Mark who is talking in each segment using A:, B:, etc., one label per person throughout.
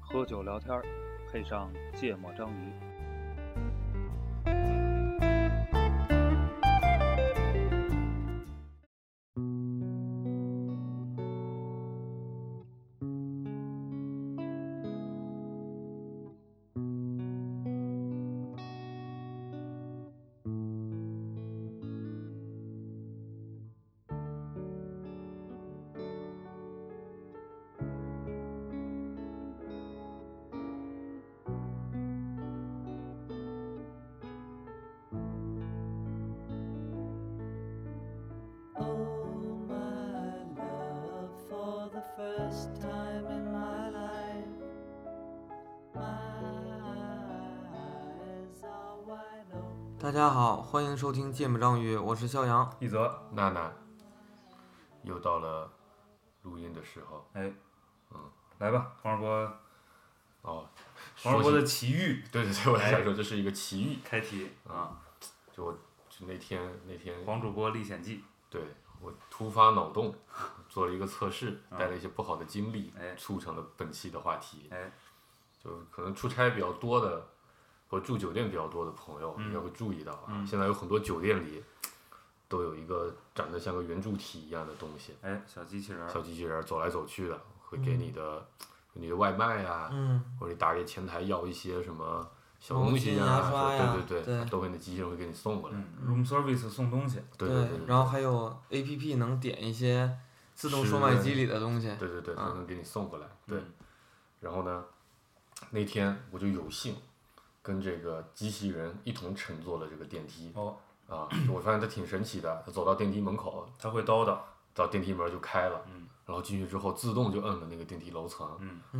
A: 喝酒聊天儿，配上芥末章鱼。
B: Oh, my love, for the first time in my life, my eyes are wide open.
C: 大家好，欢迎收听《芥末章鱼》，我是肖阳。
A: 一泽，
D: 娜娜，又到了录音的时候
A: 哎，嗯，来吧，黄世波，
D: 哦。
A: 黄世波
D: 说
A: 的哎
D: 起
A: 奇遇
D: 对对对，我在想说这是一个奇遇
A: 开题，
D: 啊！就我就那天那天，
A: 黄主播历险记，
D: 对我突发脑洞，做了一个测试，带了一些不好的经历
A: 哎，
D: 促成了本期的话题。
A: 哎，
D: 就可能出差比较多的和住酒店比较多的朋友
A: 嗯
D: 应该会注意到啊，现在有很多酒店里都有一个长得像个圆柱体一样的东西，
A: 哎，小机器人儿，
D: 小机器人儿走来走去的，会
A: 嗯
D: 给你的、你的外卖啊呀、
C: 嗯，
D: 或者你打给前台要一些什么小
C: 毛
D: 东西
C: 巾
D: 呀、
C: 牙刷呀
D: 说对对
C: 对
D: 它都会那机器人会给你送过来。
A: 嗯，room service 送东西，
D: 对对对，
C: 然后还有 A P P 能点一些自动售卖机里的东西。
D: 对对对，它能给你送过来。对，
A: 嗯
D: 然后呢，那天我就有幸跟这个机器人一同乘坐了这个电梯
A: 哦，
D: 啊，就我发现它挺神奇的。它走到电梯门口，
A: 他会叨叨，
D: 到电梯门就开了，然后进去之后自动就摁了那个电梯楼层，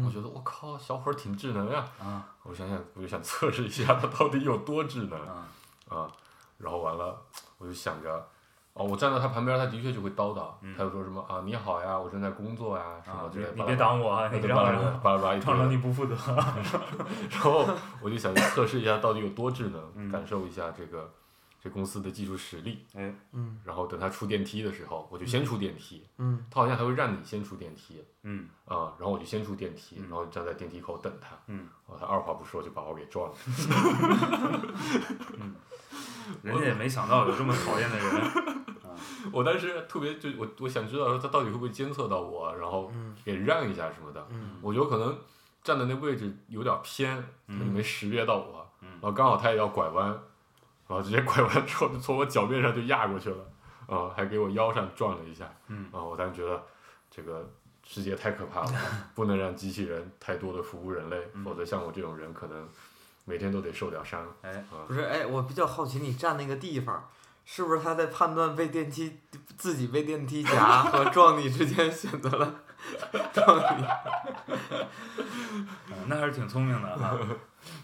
D: 我觉得我靠，小伙儿挺智能啊，
A: 嗯啊
D: 我想想，我就想测试一下它到底有多智能
A: 啊
D: 啊然后完了，我就想着。哦，我站到他旁边，他的确就会叨叨，他就说什么啊，你好呀，我正在工作呀，什
A: 嗯啊
D: 么之类的。
A: 你
D: 巴
A: 别
D: 拉巴拉
A: 挡我啊，
D: 对
A: 你
D: 对
A: 让
D: 巴拉
A: 让
D: 巴拉巴拉一堆
A: 让让
D: 的
A: 你不负责，
D: 然后我就想测试一下到底有多智
A: 嗯
D: 能， 感受一下这个这公司的技术实力。
A: 哎，
C: 嗯
D: 然后等他出电梯的时候，我就先出电梯，
C: 嗯
D: 他好像还会让你先出电梯
A: 嗯，
D: 啊、然后我就先出电梯，然后站在电梯口等他。
A: 嗯，
D: 哦，他二话不说就把我给撞了。
A: 人家也没想到有这么讨厌的 人，
D: 我当时特别就我我想知道说他到底会不会监测到我，然后给让一下什么的。
C: 嗯
D: 我觉得可能站的那位置有点偏，他
A: 嗯
D: 就没识别到我，然后刚好他也要拐弯，然后直接拐弯之后就从我脚边上就压过去了，啊、还给我腰上撞了一下，
A: 嗯
D: 啊、我当时觉得这个世界太可怕了，不能让机器人太多的服务人类，
A: 嗯
D: 否则像我这种人可能每天都得受点伤。啊
A: 哎，
C: 不是，哎，我比较好奇你站那个地方，是不是他在判断被电梯自己被电梯夹和撞你之间选择了 撞你？
A: 嗯那还是挺聪明的 哈，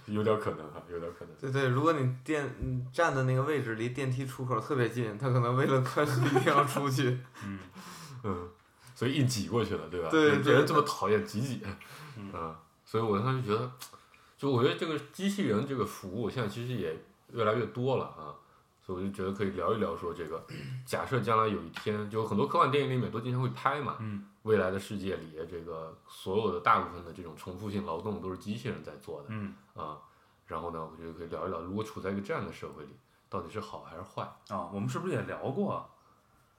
D: 有点可能啊，有点可能。
C: 对对，如果你电嗯站的那个位置离电梯出口特别近，他可能为了快速一定要出去。
D: 嗯，所以一挤过去了，对吧？
C: 对
D: 人
C: 对
D: 人这么讨厌挤挤，嗯、所以我当时觉得，就我觉得这个机器人这个服务现在其实也越来越多了啊，所以我就觉得可以聊一聊说这个，假设将来有一天，就很多科幻电影里面都经常会拍嘛，
A: 嗯
D: 未来的世界里，这个所有的大部分的这种重复性劳动都是机器人在做的，
A: 嗯，
D: 啊，然后呢，我觉得可以聊一聊，如果处在一个这样的社会里，到底是好还是坏？
A: 啊，我们是不是也聊过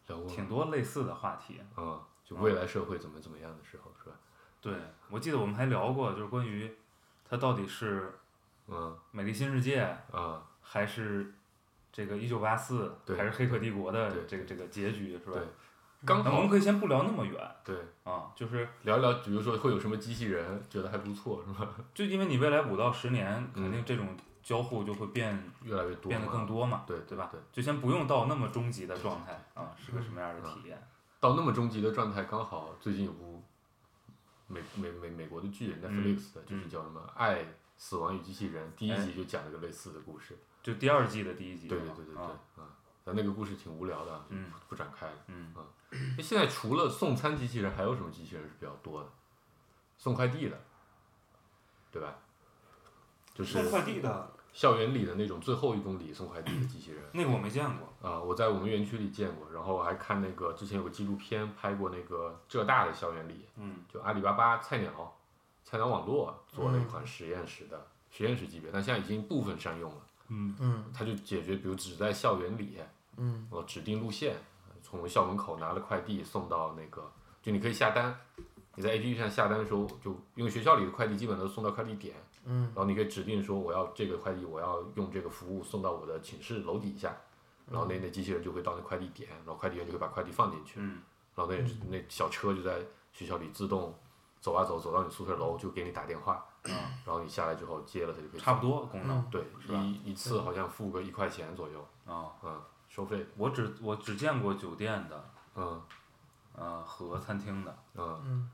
D: 聊过吗
A: 挺多类似的话题？
D: 啊，就未来社会怎么怎么样的时候，是吧？
A: 对，我记得我们还聊过，就是关于它到底是
D: 嗯
A: 《美丽新世界》
D: 啊。
A: 还是这个《一九八四》
D: 对
A: 还是《黑客帝国》的
D: 对
A: 这个这个结局是吧
D: 对？刚
A: 那我
D: 好
A: 们可以先不聊那么远
D: 对
A: 啊，就是
D: 聊一聊，比如说会有什么机器人，觉得还不错是吧？
A: 就因为你未来五到十年，
D: 嗯
A: 肯定这种交互就会变
D: 越来越多嘛，
A: 变得更多嘛，
D: 对
A: 对吧
D: 对，？
A: 就先不用到那么终极的状态啊，是个什么样
D: 嗯
A: 的体验？
D: 到那么终极的状态，刚好最近有部美美美美国的巨
A: 嗯
D: 人 Netflix 的，就是叫什么《爱、死亡与机器人》，第一
A: 哎
D: 集就讲了个类似的故事。
A: 就第二季的第一集嘛，
D: 对对对对对
A: 啊，
D: 啊，但那个故事挺无聊的啊，就
A: 嗯
D: 不展开了。
A: 嗯
D: 那现在除了送餐机器人，还有什么机器人是比较多的？送快递的，对吧？就是
A: 送快递的
D: 校园里的那种最后一公里送快递的机器人
A: 那个我没见过，
D: 啊、我在我们园区里见过，然后我还看那个之前有个纪录片拍过那个浙大的校园里，
A: 嗯，
D: 就阿里巴巴菜鸟菜鸟网络做了一款实验室的、实验室级别，但现在已经部分善用了，
A: 嗯
C: 嗯
D: 它就解决比如只在校园里，
C: 嗯
D: 我指定路线，从校门口拿了快递送到那个，就你可以下单，你在 APP 上下单的时候，就因为学校里的快递基本都送到快递点，
C: 嗯
D: 然后你可以指定说我要这个快递，我要用这个服务送到我的寝室楼底下，然后那
C: 嗯
D: 那机器人就会到那快递点，然后快递员就会把快递放进去，
A: 嗯
D: 然后那那小车就在学校里自动走啊走，走到你宿舍楼就给你打 电话，
A: 啊，
D: 然后你下来之后接了它就可以走，
A: 差不多功能啊
C: 嗯
D: 对
A: 是吧嗯
D: 一一次好像付个一块钱左右，、
A: 哦
D: 嗯，收费，
A: 我只我只见过酒店的，
D: 嗯
A: 呃和餐厅的，
D: 嗯。
C: 嗯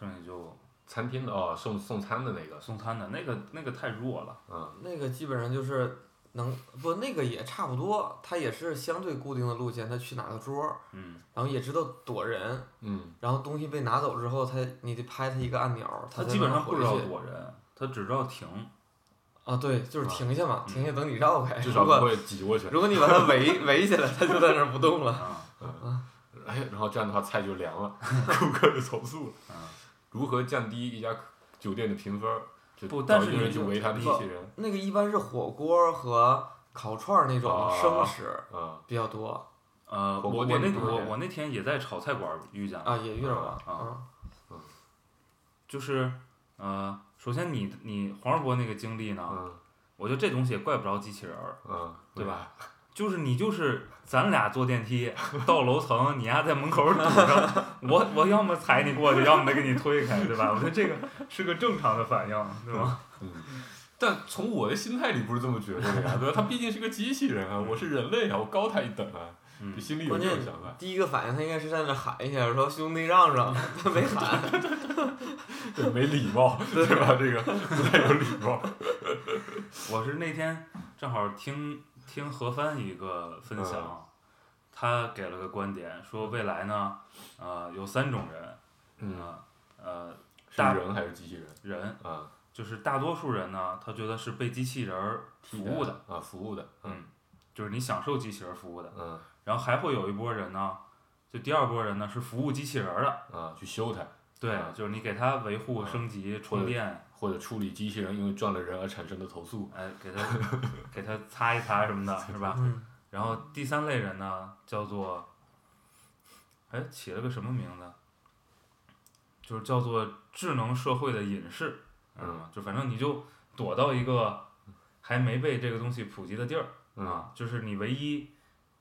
A: 剩下就
D: 餐厅的哦，送送餐的那个，
A: 送餐的那个那个太弱了，
D: 嗯，
C: 那个基本上就是能不那个也差不多，它也是相对固定的路线，它去哪个桌儿，
A: 嗯
C: 然后也知道躲人，
D: 嗯，
C: 然后东西被拿走之后，它你得拍它一个按钮儿，
A: 他
C: 它
A: 基本
C: 才能
A: 上不
C: 回
A: 知道
C: 去
A: 躲人，他只知道停，
C: 啊，对，就是停下嘛，
A: 嗯
C: 停下等你绕开。
D: 至少
C: 如
D: 不
C: 果
D: 会挤过去。
C: 如果你把它围围起来，它就在那儿不动了。
A: 啊，
D: 哎，然后这样的话菜就凉 了，顾客就投诉了。
A: 嗯
D: 如何降低一家酒店的评分儿？就
A: 不
D: 找
A: 但是
D: 一个人
A: 你
D: 去
A: 就
D: 围他的机器人
C: 那个一般是火锅和烤串儿那种
D: 啊
C: 生食
D: 啊，
C: 比较多
A: 呃，
D: 火
A: 我
D: 锅
A: 我
D: 店
A: 那
D: 里不是这
A: 我
D: 样
A: 我那天也在炒菜馆儿遇见了，
C: 啊，也遇到过
A: 啊啊就是呃，首先你你黄世博那个经历呢，
D: 嗯
A: 我觉得这东西也怪不着机器人儿，
D: 嗯，
A: 对吧？就是你就是咱俩坐电 梯到楼层，你丫在门口堵着，我我要么踩你过去，要么得给你推开，对吧？我觉得这个是个正常的反应，对 吧？
D: 但从我的心态里不是这么觉得的呀，对吧？他毕竟是个机器人啊，我是人类啊，我高他一等啊，
A: 嗯
D: 就，心里有这种想法。
C: 第一个反应，他应该是在那喊一下，说兄弟让让，他没喊。
D: 对，没礼貌，对吧？这个不太有礼貌。
A: 我是那天正好听听何帆一个分享，
D: 嗯
A: 他给了个观点，说未来呢，呃，有三种人，
D: 嗯，
A: 呃呃，
D: 是
A: 大
D: 人还是机器人
A: 人
D: 啊？
A: 就是大多数人呢，他觉得是被机器人儿服务的，
D: 啊，服务的，嗯
A: 嗯，就是你享受机器人儿服务的。
D: 嗯
A: 然后还会有一波人呢，就第二波人呢是服务机器人儿的，
D: 啊，去修它。
A: 对
D: 啊，
A: 就是你给它维护、
D: 啊
A: 升级、
D: 或者
A: 充电，
D: 或者处理机器人因为撞了人而产生的投诉。
A: 哎，给它给它擦一擦什么的，是吧？
C: 嗯，
A: 然后第三类人呢，叫做，哎，起了个什么名字？就是叫做智能社会的隐士，
D: 嗯
A: 知道吗？就反正你就躲到一个还没被这个东西普及的地儿
D: 嗯
A: 啊，就是你唯一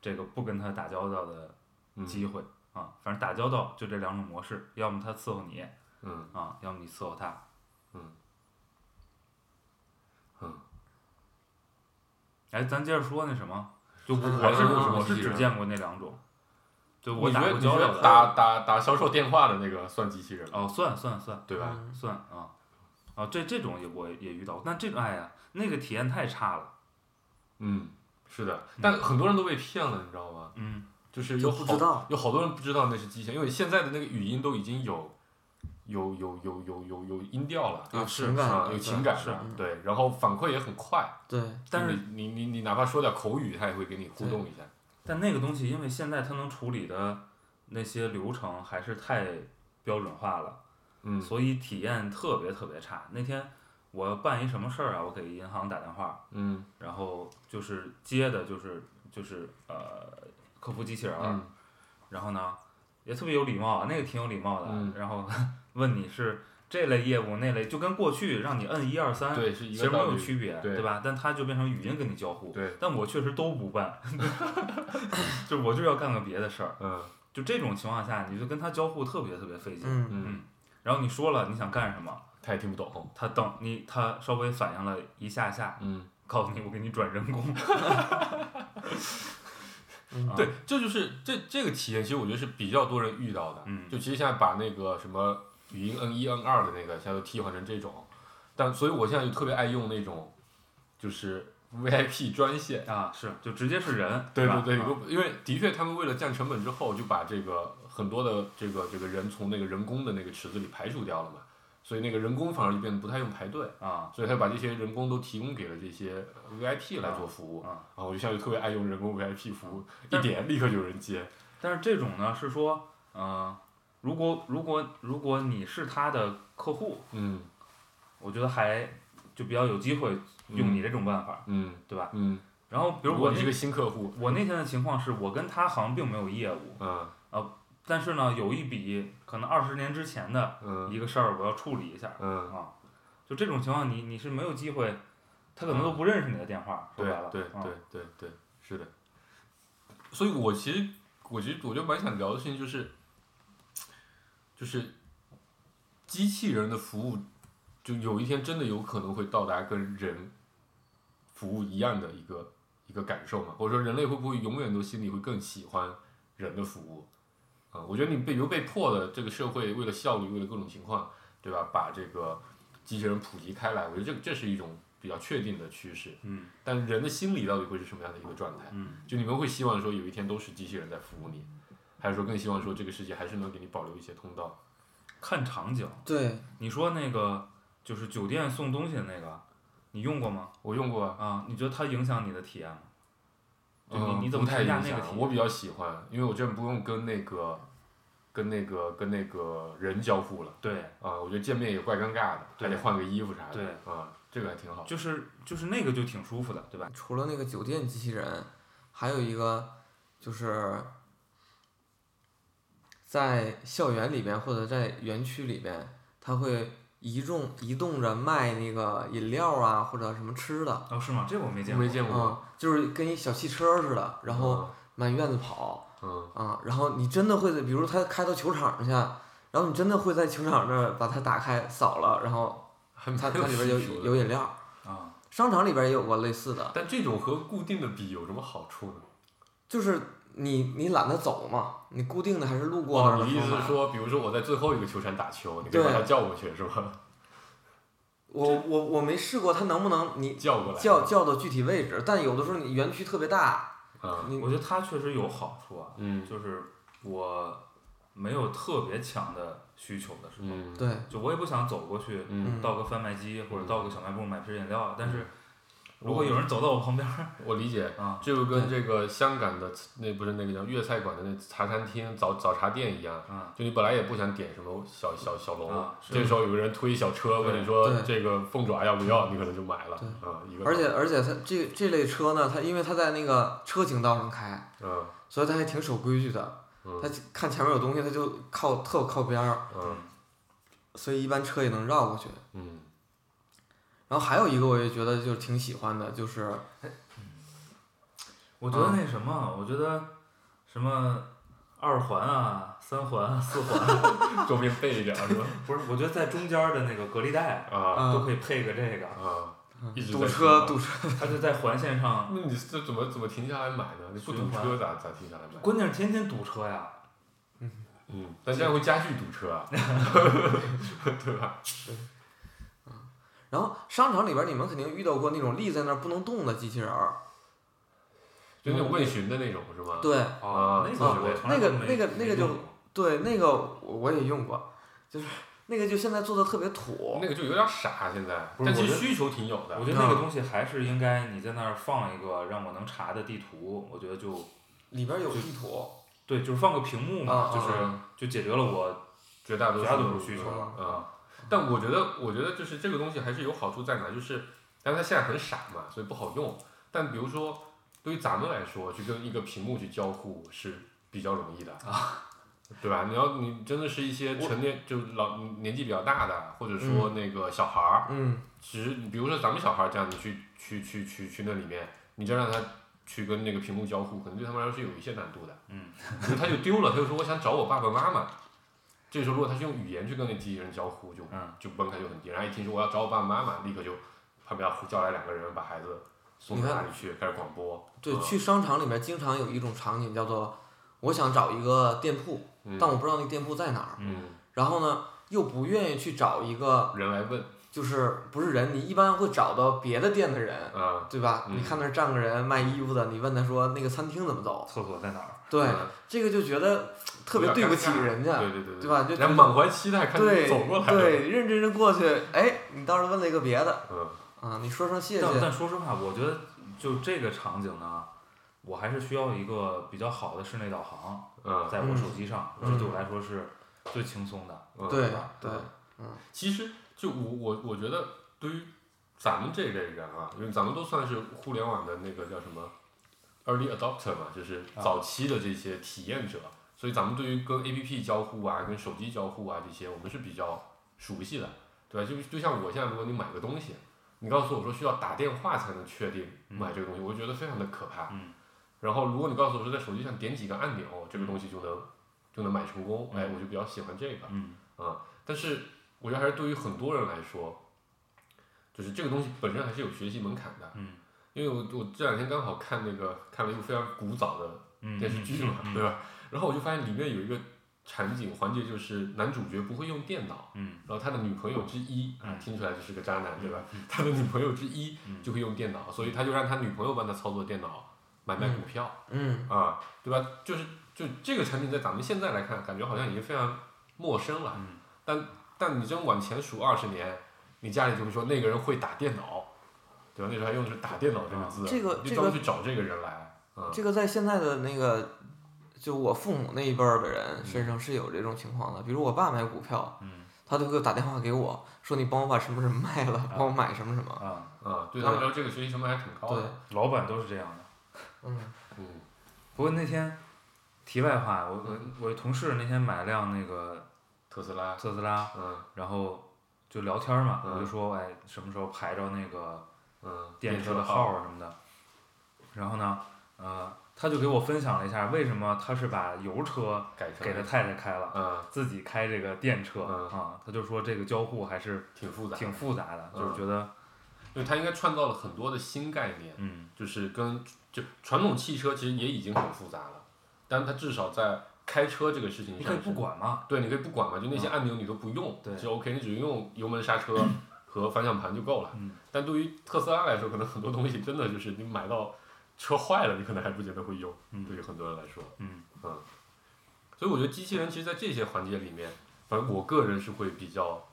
A: 这个不跟他打交道的
D: 嗯
A: 机会啊，反正打交道就这两种模式，要么他伺候你
D: 嗯
A: 啊，要么你伺候他。
D: 嗯，
A: 哎，咱接着说那什么，就我
D: 还是
A: 是
D: 有什么
A: 我
D: 机
A: 是
D: 器
A: 只
D: 人
A: 见过那两种，就我
D: 你觉
A: 打
D: 得
A: 过
D: 你
A: 交
D: 觉
A: 道
D: 得
A: 的
D: 打打打销售电话的那个算机器人吗？
A: 哦，算算算
D: 对吧？
C: 嗯
A: 算啊啊，这这种也我也遇到过，但这哎呀，那个体验太差了，
D: 嗯，是的，但很多人都被骗了，你知道吗？
A: 嗯
D: 就是
C: 就
D: 有
C: 不知
D: 好
C: 道。
D: 有好多人不知道那是机器人，因为现在的那个语音都已经有有有有有有有音调了。
C: 有
A: 是
C: 情感
D: 啊，
C: 了
D: 有
C: 对
D: 情感
A: 是
D: 的
C: 嗯，
D: 对，然后反馈也很快，
C: 对，
A: 但是
D: 你你你你哪怕说点口语，它也会给你互
C: 对
D: 动一下。
A: 但那个东西，因为现在它能处理的那些流程还是太标准化了，
D: 嗯
A: 所以体验特别特别差。那天我办一什么事儿啊，我给银行打电话，
D: 嗯
A: 然后就是接的就是就是呃客服机器人儿，
D: 嗯
A: 然后呢也特别有礼貌啊，那个挺有礼貌的，
D: 嗯
A: 然后 问你是这类业务那类，就跟过去让你摁一二三，
D: 对，是
A: 其
D: 一个
A: 实没
D: 道
A: 有
D: 理。
A: 区别，
D: 对
A: 吧？但它就变成语音跟你交互，
D: 对，
A: 但我确实都不办， 就我就要干个别的事儿。
D: 嗯
A: 就这种情况下，你就跟他交互特别特别费劲。
C: 嗯
D: 嗯，
A: 然后你说了你想干什么，
D: 他也听不懂。
A: 他等你他稍微反应了一下 下，
D: 嗯，
A: 告诉你我给你转人工。
C: 嗯
A: 啊
D: 对，这就是这这个体验，其实我觉得是比较多人遇到的。
A: 嗯
D: 就其实现在把那个什么语音 N 一 N 二的那个，现在都替换成这种，但所以我现在就特别爱用那种，就是 VIP 专线。
A: 啊，是就直接是人，
D: 对
A: 吧？
D: 对，
A: 啊
D: 有因为的确他们为了降成本之后，就把这个很多的这个这个人从那个人工的那个池子里排除掉了嘛，所以那个人工反而就变得不太用排队，
A: 啊
D: 所以他把这些人工都提供给了这些 VIP 来做服务。
A: 啊！
D: 啊，我就现在就特别爱用人工 VIP 服务，一
A: 但
D: 点立刻就有人接。
A: 但是这种呢是说，嗯，如果如果如果你是他的客户，
D: 嗯
A: 我觉得还就比较有机会用你这种办法，
D: 嗯，
A: 对吧？
D: 嗯，
A: 然后比
D: 如
A: 如我
D: 果你
A: 那
D: 是个新客户，
A: 我那天的情况是我跟他好像并没有业务，
D: 啊
A: 但是呢有一笔可能二十年之前的
D: 嗯
A: 一个事儿我要处理一下
D: 嗯，
A: 啊，就这种情况你你是没有机会，他可能都不认识你的电话，说
D: 对
A: 白了，
D: 嗯对
A: 啊
D: 对对对，是的。所以我其实我其实我就蛮想聊的事情就是，就是机器人的服务，就有一天真的有可能会到达跟人服务一样的一个一个感受嘛？或者说人类会不会永远都心里会更喜欢人的服务？啊、我觉得你被比如被迫的这个社会为了效率，为了各种情况，对吧？把这个机器人普及开来，我觉得这这是一种比较确定的趋势。
A: 嗯
D: 但人的心理到底会是什么样的一个状态？
A: 嗯
D: 就你们会希望说有一天都是机器人在服务你，还是说更希望说这个世界还是能给你保留一些通道？
A: 看场景。
C: 对，
A: 你说那个就是酒店送东西的那个，你用过吗？
D: 我用过啊，
A: 啊，你觉得它影响你的体验吗？对啊你
D: 嗯
A: 你怎么
D: 不太
A: 评价
D: 影
A: 那个
D: 响
A: 体
D: 我比较喜欢，因为我这样不用跟那个跟那个跟那个人交互了
A: 对，
D: 啊，我觉得见面也怪尴尬的，还
A: 对
D: 得换个衣服啥的，
A: 对
D: 啊，这个还挺好。
A: 就是就是那个就挺舒服的，对吧？
C: 除了那个酒店机器人，还有一个就是在校园里边或者在园区里边，它会移动移动着卖那个饮料啊或者什么吃的，
A: 哦，是吗？这我没见过。
D: 没见过，
C: 嗯，就是跟一小汽车似的，然后满院子跑
D: 嗯
C: 啊、然后你真的会在，比如它开到球场去，然后你真的会在球场那儿把它打开扫了，然后
D: 嗯，
C: 它
D: 还
C: 它里边有有饮料，
A: 啊，
C: 商场里边也有过类似的。
D: 但这种和固定的比有什么好处呢？
C: 就是你你懒得走嘛，你固定的还是路过那
D: 哦
C: 儿，的
D: 你意
C: 时候
D: 思
C: 买
D: 是说，比如说我在最后一个球场打球，你可以把
C: 对
D: 他叫过去是吧？
C: 我我我没试过，它能不能你
D: 叫过来，
C: 叫叫到具体位置？但有的时候你园区特别大，
D: 啊，
C: 你
A: 我觉得它确实有好处啊，
D: 嗯
A: 就是我没有特别强的需求的时候，
D: 嗯
C: 对
A: 就我也不想走过去
D: 嗯，
A: 到个贩卖机或者
D: 嗯
A: 到个小卖部买瓶饮料，但是如
D: 我
A: 果有人走到我旁边儿
D: 我理解，
A: 啊，
D: 这就跟这个香港的那不是那个叫粤菜馆的那茶餐厅早早茶店一样，
A: 啊
D: 就你本来也不想点什么小小小龙，
A: 啊，
D: 这时候有个人推小车问你说
C: 对
D: 这个凤爪要不要，你可能就买了
C: 对
D: 啊，一个
C: 而且而且它这这类车呢，它因为它在那个车行道上开，
D: 嗯
C: 所以它还挺守规矩的。
D: 嗯
C: 它看前面有东西，它就靠特靠边儿，
D: 嗯
C: 所以一般车也能绕过去。
D: 嗯
C: 然后还有一个我也觉得就是挺喜欢的，就是
A: 我觉得那什么，我觉得什么二环啊、三环啊、四环啊，
D: 嗯，周边备着是吧？
A: 不是，我觉得在中间儿的那个隔离带
D: 啊
A: 都
C: 啊、
A: 可以配个这个，
D: 啊，一直
C: 嗯堵
D: 在
C: 车
D: 循环
C: 堵车，
A: 它就在环线上，
D: 那你这怎么怎么停下来买呢？你不堵
A: 循环
D: 车咋咋停下来买？
A: 关键是天天堵车呀。
D: 嗯，但这样会加剧堵车啊，对吧？
C: 然后商场里边你们肯定遇到过那种立在那儿不能动的机器人儿，
D: 就那种问询的那种是吗？
C: 对
A: 那
D: 啊啊
A: 个我从来
C: 那个
A: 都没
C: 那个那个就
A: 没用过
C: 对，那个我我也用过，就是那个就现在做的特别土，
D: 那个就有点傻，啊现在，
A: 不是
D: 但其
A: 我觉
D: 实
A: 得
D: 需求挺有的
A: 我。觉得那个东西还是应该你在那儿放一个让我能查的地图，我觉得就
C: 里边有地图，
A: 对，就是放个屏幕
C: 啊
A: 嘛，
C: 啊
A: 就是
D: 嗯
A: 就解决了我
D: 绝大多
A: 绝
D: 数
A: 大多数需求
C: 嗯
D: 啊。但我觉得，我觉得就是这个东西还是有好处在哪，就是，但是它现在很傻嘛，所以不好用。但比如说，对于咱们来说，去跟一个屏幕去交互是比较容易的啊， 对吧？你要你真的是一些
A: 我嗯
D: 成年就老年纪比较大的，或者说那个小孩儿，
C: 嗯，
D: 其实你比如说咱们小孩儿这样，你去去去去去那里面，你真让他去跟那个屏幕交互，可能对他们来说是有一些难度的。
A: 嗯，
D: 他就丢了，他就说我想找我爸爸妈妈。这时候如果他是用语言去跟那机器人交互，就
A: 嗯
D: 就门槛就很低。然后一听说我要找我爸爸妈妈，立刻就旁边叫来两个人把孩子送到
C: 你
D: 哪
C: 看
D: 里去，开始广播。
C: 对，
D: 嗯
C: 去商场里面经常有一种场景叫做，我想找一个店铺，
D: 嗯
C: 但我不知道那店铺在哪儿，
A: 嗯
D: 嗯，
C: 然后呢又不愿意去找一个
D: 人来问，
C: 就是不是人，你一般会找到别的店的人，
D: 啊，
C: 对吧？
D: 嗯
C: 你看那儿站个人卖衣服的，你问他说那个餐厅怎么走？
A: 厕所在哪儿？
C: 对，
D: 嗯
C: 这个就觉得特别对不起人家，
D: 对对对
C: 对吧就
D: 人家满怀期待看
C: 对
D: 你走过来了，
C: 对，认真真过去，哎，你倒是问了一个别的
D: 嗯
C: 啊，你说声谢
A: 但
C: 谢，
A: 但说实话，我觉得就这个场景呢，我还是需要一个比较好的室内导航，
D: 嗯
A: 在我手机上，
C: 嗯
A: 这对我来说是最轻松的。
D: 嗯，
C: 对
A: 吧
C: 对，
D: 其实就我我我觉得，对于咱们这一类人啊，因为咱们都算是互联网的那个叫什么 early adopter 嘛，就是
A: 啊
D: 早期的这些体验者，所以咱们对于跟 APP 交互啊、跟手机交互啊这些，我们是比较熟悉的，对吧？就就像我现在，如果你买个东西，你告诉我说需要打电话才能确定买这个东西，我觉得非常的可怕。
A: 嗯
D: 然后如果你告诉我说在手机上点几个按钮，这个东西就能就能买成功，哎，我就比较喜欢这个。
A: 嗯，
D: 啊但是我觉得还是对于很多人来说，就是这个东西本身还是有学习门槛的。
A: 嗯，
D: 因为我我这两天刚好看那个看了一部非常古早的
A: 嗯
D: 电视剧嘛，
A: 嗯
D: 对吧？然后我就发现里面有一个场景环节，就是男主角不会用电脑，
A: 嗯，
D: 然后他的女朋友之一啊
A: 嗯，
D: 听出来就是个渣男，对吧
A: 嗯？
D: 他的女朋友之一
A: 嗯
D: 就会用电脑，所以他就让他女朋友帮他操作电脑买卖股票。
C: 嗯
D: 啊，对吧？就是就这个产品在咱们现在来看，感觉好像已经非常陌生了。
A: 嗯
D: 但但你真往前数二十年，你家里就会说那个人会打电脑，对吧？那时候还用的是打电脑这个
A: 啊
D: 字，
C: 这个
D: 你
C: 这
D: 就专门
C: 个
D: 去找这个人来。嗯，
C: 这个在现在的那个。就我父母那一辈儿的人身上是有这种情况的，比如我爸买股票，
A: 嗯
C: 他就会打电话给我说：“你帮我把什么什么卖了，帮我买什么什么。
A: 啊，
D: 啊，对他们来说这个学习成本还挺”高
C: 对
D: 的。，
A: 老板都是这样的。
C: 嗯
D: 嗯
A: 不过那天，题外话，我我我同事那天买辆那个
D: 嗯特斯拉，
A: 特斯拉，
D: 嗯
A: 然后就聊天嘛，
D: 嗯
A: 我就说，哎，什么时候排着那个
D: 嗯，
A: 电车的
D: 号，
A: 号啊什么的。然后呢，呃，他就给我分享了一下为什么他是把油车
D: 改成
A: 给他太太开了，
D: 嗯，
A: 自己开这个电车
D: 嗯
A: 啊。他就说这个交互还是
D: 挺复杂，
A: 挺，复杂的，
D: 嗯
A: 就是觉得，
D: 因为他应该创造了很多的新概念。
A: 嗯
D: 就是跟就传统汽车其实也已经很复杂了，但它至少在开车这个事情上，
A: 你可以不，管嘛，
D: 对，你可以不管嘛，就那些按钮你都不用，
A: 嗯对
D: 就 OK，你只用油门、刹车和方向盘就够了。
A: 嗯
D: 但对于特斯拉来说，可能很多东西真的就是你买到车坏了，你可能还不觉得会用，对
A: 嗯
D: 于很多人来说，
A: 嗯
D: 所以我觉得机器人其实，在这些环节里面，反正我个人是会比较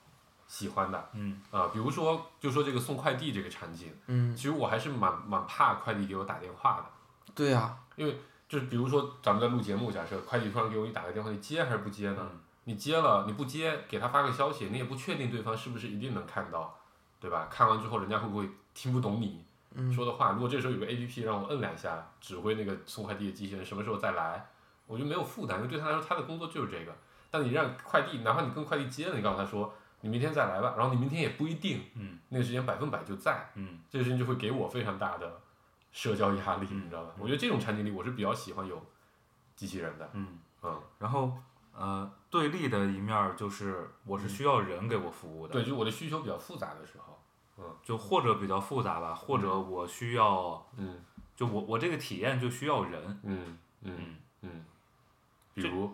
D: 喜欢的啊、
A: 嗯
D: 比如说就说这个送快递这个场景，
C: 嗯
D: 其，实我还是蛮蛮怕快递给我打电话的。
C: 对啊呀、
D: 就是比如说咱们在录节目，假设快递突然给我你打个电话，你接还是不接呢？
A: 嗯
D: 你接了，你不接，给他发个消息，你也不确定对方是不是一定能看到，对吧？看完之后，人家会不会听不懂你
C: 嗯，
D: 说的话？如果这时候有个 A P P 让我摁两下，指挥那个送快递的机器人什么时候再来，我就没有负担，因为对他来说，他的工作就是这个。但你让快递，哪怕你跟快递接了，你告诉他说你明天再来吧，然后你明天也不一定
A: 嗯
D: 那个时间百分百就在，
A: 嗯
D: 这个事情就会给我非常大的社交压力，
A: 嗯
D: 你知道吧？我觉得这种场景里，我是比较喜欢有机器人的，
A: 嗯。
D: 嗯，
A: 然后，呃，对立的一面儿就是我是需要人给我服务的，
D: 对，就是我的需求比较复杂的时候，
A: 就或者比较复杂吧，或者我需要，
D: 嗯
A: 就我我这个体验就需要人，
D: 嗯嗯嗯，比如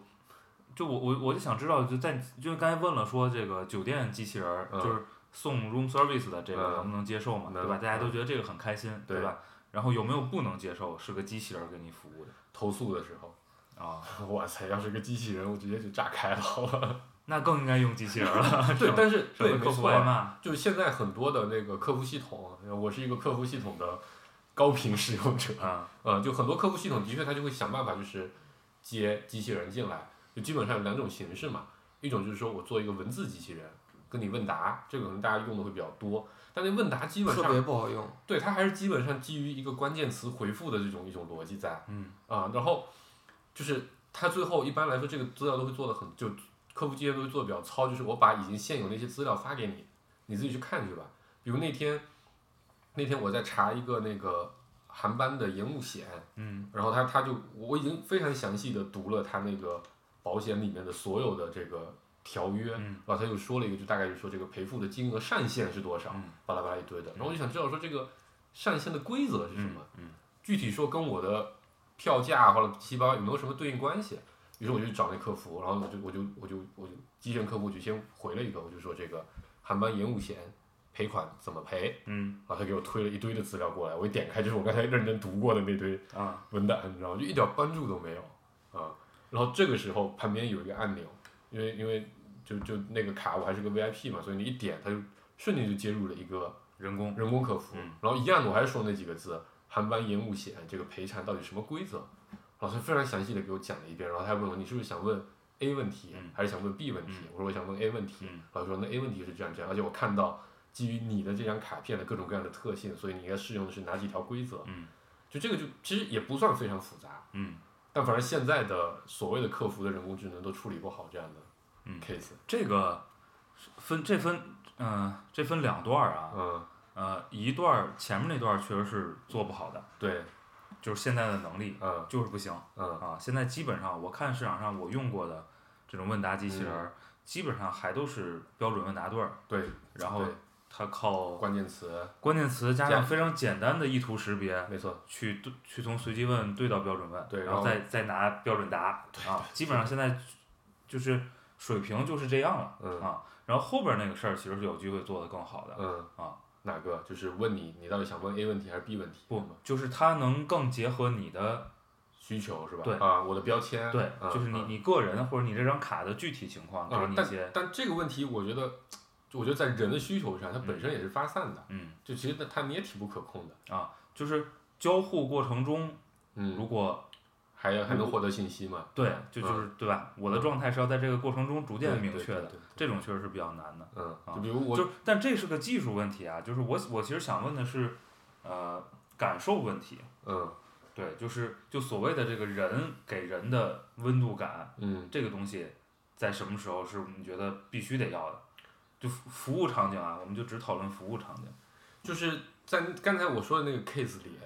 A: 就我我我就想知道，就在就刚才问了说这个酒店机器人儿、
D: 嗯
A: 就是送 room service 的这个
D: 嗯
A: 能不能接受嘛，
D: 能
A: 对吧？大家都
D: 嗯
A: 觉得这个很开心，
D: 对
A: 对吧？然后有没有不能接受是个机器人儿给你服务的
D: 投诉的时候，
A: 啊？
D: 哇塞，要是个机器人，我直接就炸开了，好吧？。
A: 那更应该用机器人儿了
D: 对，但是
A: 什
D: 对，
A: 么
D: 没
A: 客服
D: 错
A: 外
D: 啊，
A: 卖，
D: 就是现在很多的那个客服系统，啊我是一个客服系统的高频使用者，
A: 嗯
D: 呃，就很多客户系统的确它就会想办法就是接机器人进来，就基本上有两种形式嘛，一种就是说我做一个文字机器人跟你问答，这个可能大家用的会比较多，但那问答基本
C: 特别
D: 上
C: 不好用。
D: 对它还是基本上基于一个关键词回复的这种一种逻辑在
A: 嗯
D: 啊、然后就是它最后一般来说这个资料都会做的很就客服机器人都会做的比较糙，就是我把已经现有那些资料发给你，你自己去看去吧。比如那天那天我在查一个那个航班的延误险。
A: 嗯
D: 然后他他就我已经非常详细的读了他那个保险里面的所有的这个条约，
A: 嗯
D: 然后他又说了一个，就大概就说这个赔付的金额上限是多少，
A: 嗯
D: 巴拉巴拉一堆的。然后我就想知道说这个上限的规则是什么，
A: 嗯
D: 具体说跟我的票价或者七八有没有什么对应关系？于是我就去找那客服，然后我就我就我就我就机器人客服我就先回了一个，我就说这个航班延误险赔款怎么赔，
A: 嗯
D: 然后他给我推了一堆的资料过来，我一点开就是我刚才认真读过的那堆
A: 啊
D: 文档，你知道吗？就一点帮助都没有啊。然后这个时候旁边有一个按钮，因为因为就就那个卡我还是个 VIP 嘛，所以你一点它就瞬间就接入了一个
A: 人工
D: 人工客服。
A: 嗯
D: 然后一样的我还是说那几个字，航班延误险这个赔偿到底什么规则？老师非常详细的给我讲了一遍，然后他还问我你是不是想问 A 问题，
A: 嗯
D: 还是想问 B 问题？
A: 嗯
D: 我说我想问 A 问题。
A: 嗯
D: 老师说那 A 问题是这样这样，而且我看到基于你的这张卡片的各种各样的特性，所以你应该适用的是哪几条规则？
A: 嗯
D: 就这个就其实也不算非常复杂，
A: 嗯，
D: 但反正现在的所谓的客服的人工智能都处理不好这样的
A: 嗯
D: case，
A: 这个分这分嗯、这分两段儿啊，
D: 嗯，
A: 呃一段儿前面那段儿确实是做不好的，
D: 对，
A: 就是现在的能力
D: 嗯
A: 就是不行。
D: 嗯
A: 啊，现在基本上我看市场上我用过的这种问答机器人儿，
D: 嗯
A: 基本上还都是标准问答对儿，
D: 对，
A: 然后
D: 对
A: 它靠
D: 关键词，
A: 关键词加
D: 加
A: 上非常简单的意图识别，
D: 没错，
A: 去对去从随机问对到标准问，
D: 对
A: 然
D: 然
A: 后
D: 后
A: 再再拿标准答啊，基本上现在就是水平就是这样了、
D: 嗯
A: 啊。然后后边那个事儿其实是有机会做得更好的，
D: 嗯
A: 啊，
D: 哪个就是问你，你到底想问 A 问题还是 B 问题？
A: 不就是它能更结合你的
D: 需求是吧？
A: 对
D: 啊，我的标签，
A: 对，
D: 嗯
A: 就是你
D: 嗯
A: 你个人或者你这张卡的具体情况，给
D: 啊
A: 你一
D: 但
A: 些
D: 但这个问题我觉得，就我觉得在人的需求上，它本身也是发散的，
A: 嗯
D: 就其实它它你也挺不可控的，
A: 啊就是交互过程中，如
D: 嗯，
A: 果
D: 还要还能获得信息嘛？
A: 对，就就是对吧？我的状态是要嗯在这个过程中逐渐
D: 嗯对
A: 明
D: 对
A: 确
D: 对
A: 的，
D: 对
A: 这种确实是比较难的。
D: 嗯，
A: 啊
D: 就比如我
A: 就是，但这是个技术问题啊，就是我我其实想问的是，呃，感受问题。
D: 嗯
A: 对，就是就所谓的这个人给人的温度感，
D: 嗯，
A: 这个东西在什么时候是你觉得必须得要的？就服服务场景啊，我们就只讨论服务场景。
D: 就是在刚才我说的那个 case 里，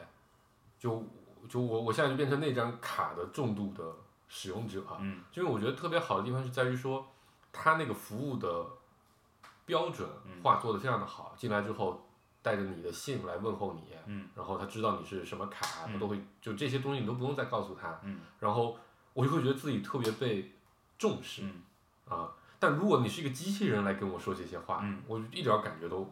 D: 就就我我现在就变成那张卡的重度的使用者，啊
A: 嗯
D: 就因为我觉得特别好的地方是在于说，它那个服务的标准
A: 嗯
D: 化做的非常的好，进来之后带着你的姓来问候你，
A: 嗯
D: 然后他知道你是什么卡，
A: 嗯
D: 他都会就这些东西你都不用再告诉他，
A: 嗯
D: 然后我就会觉得自己特别被重视
A: 嗯
D: 啊。但如果你是一个机器人来跟我说这些话，
A: 嗯
D: 我一点儿感觉都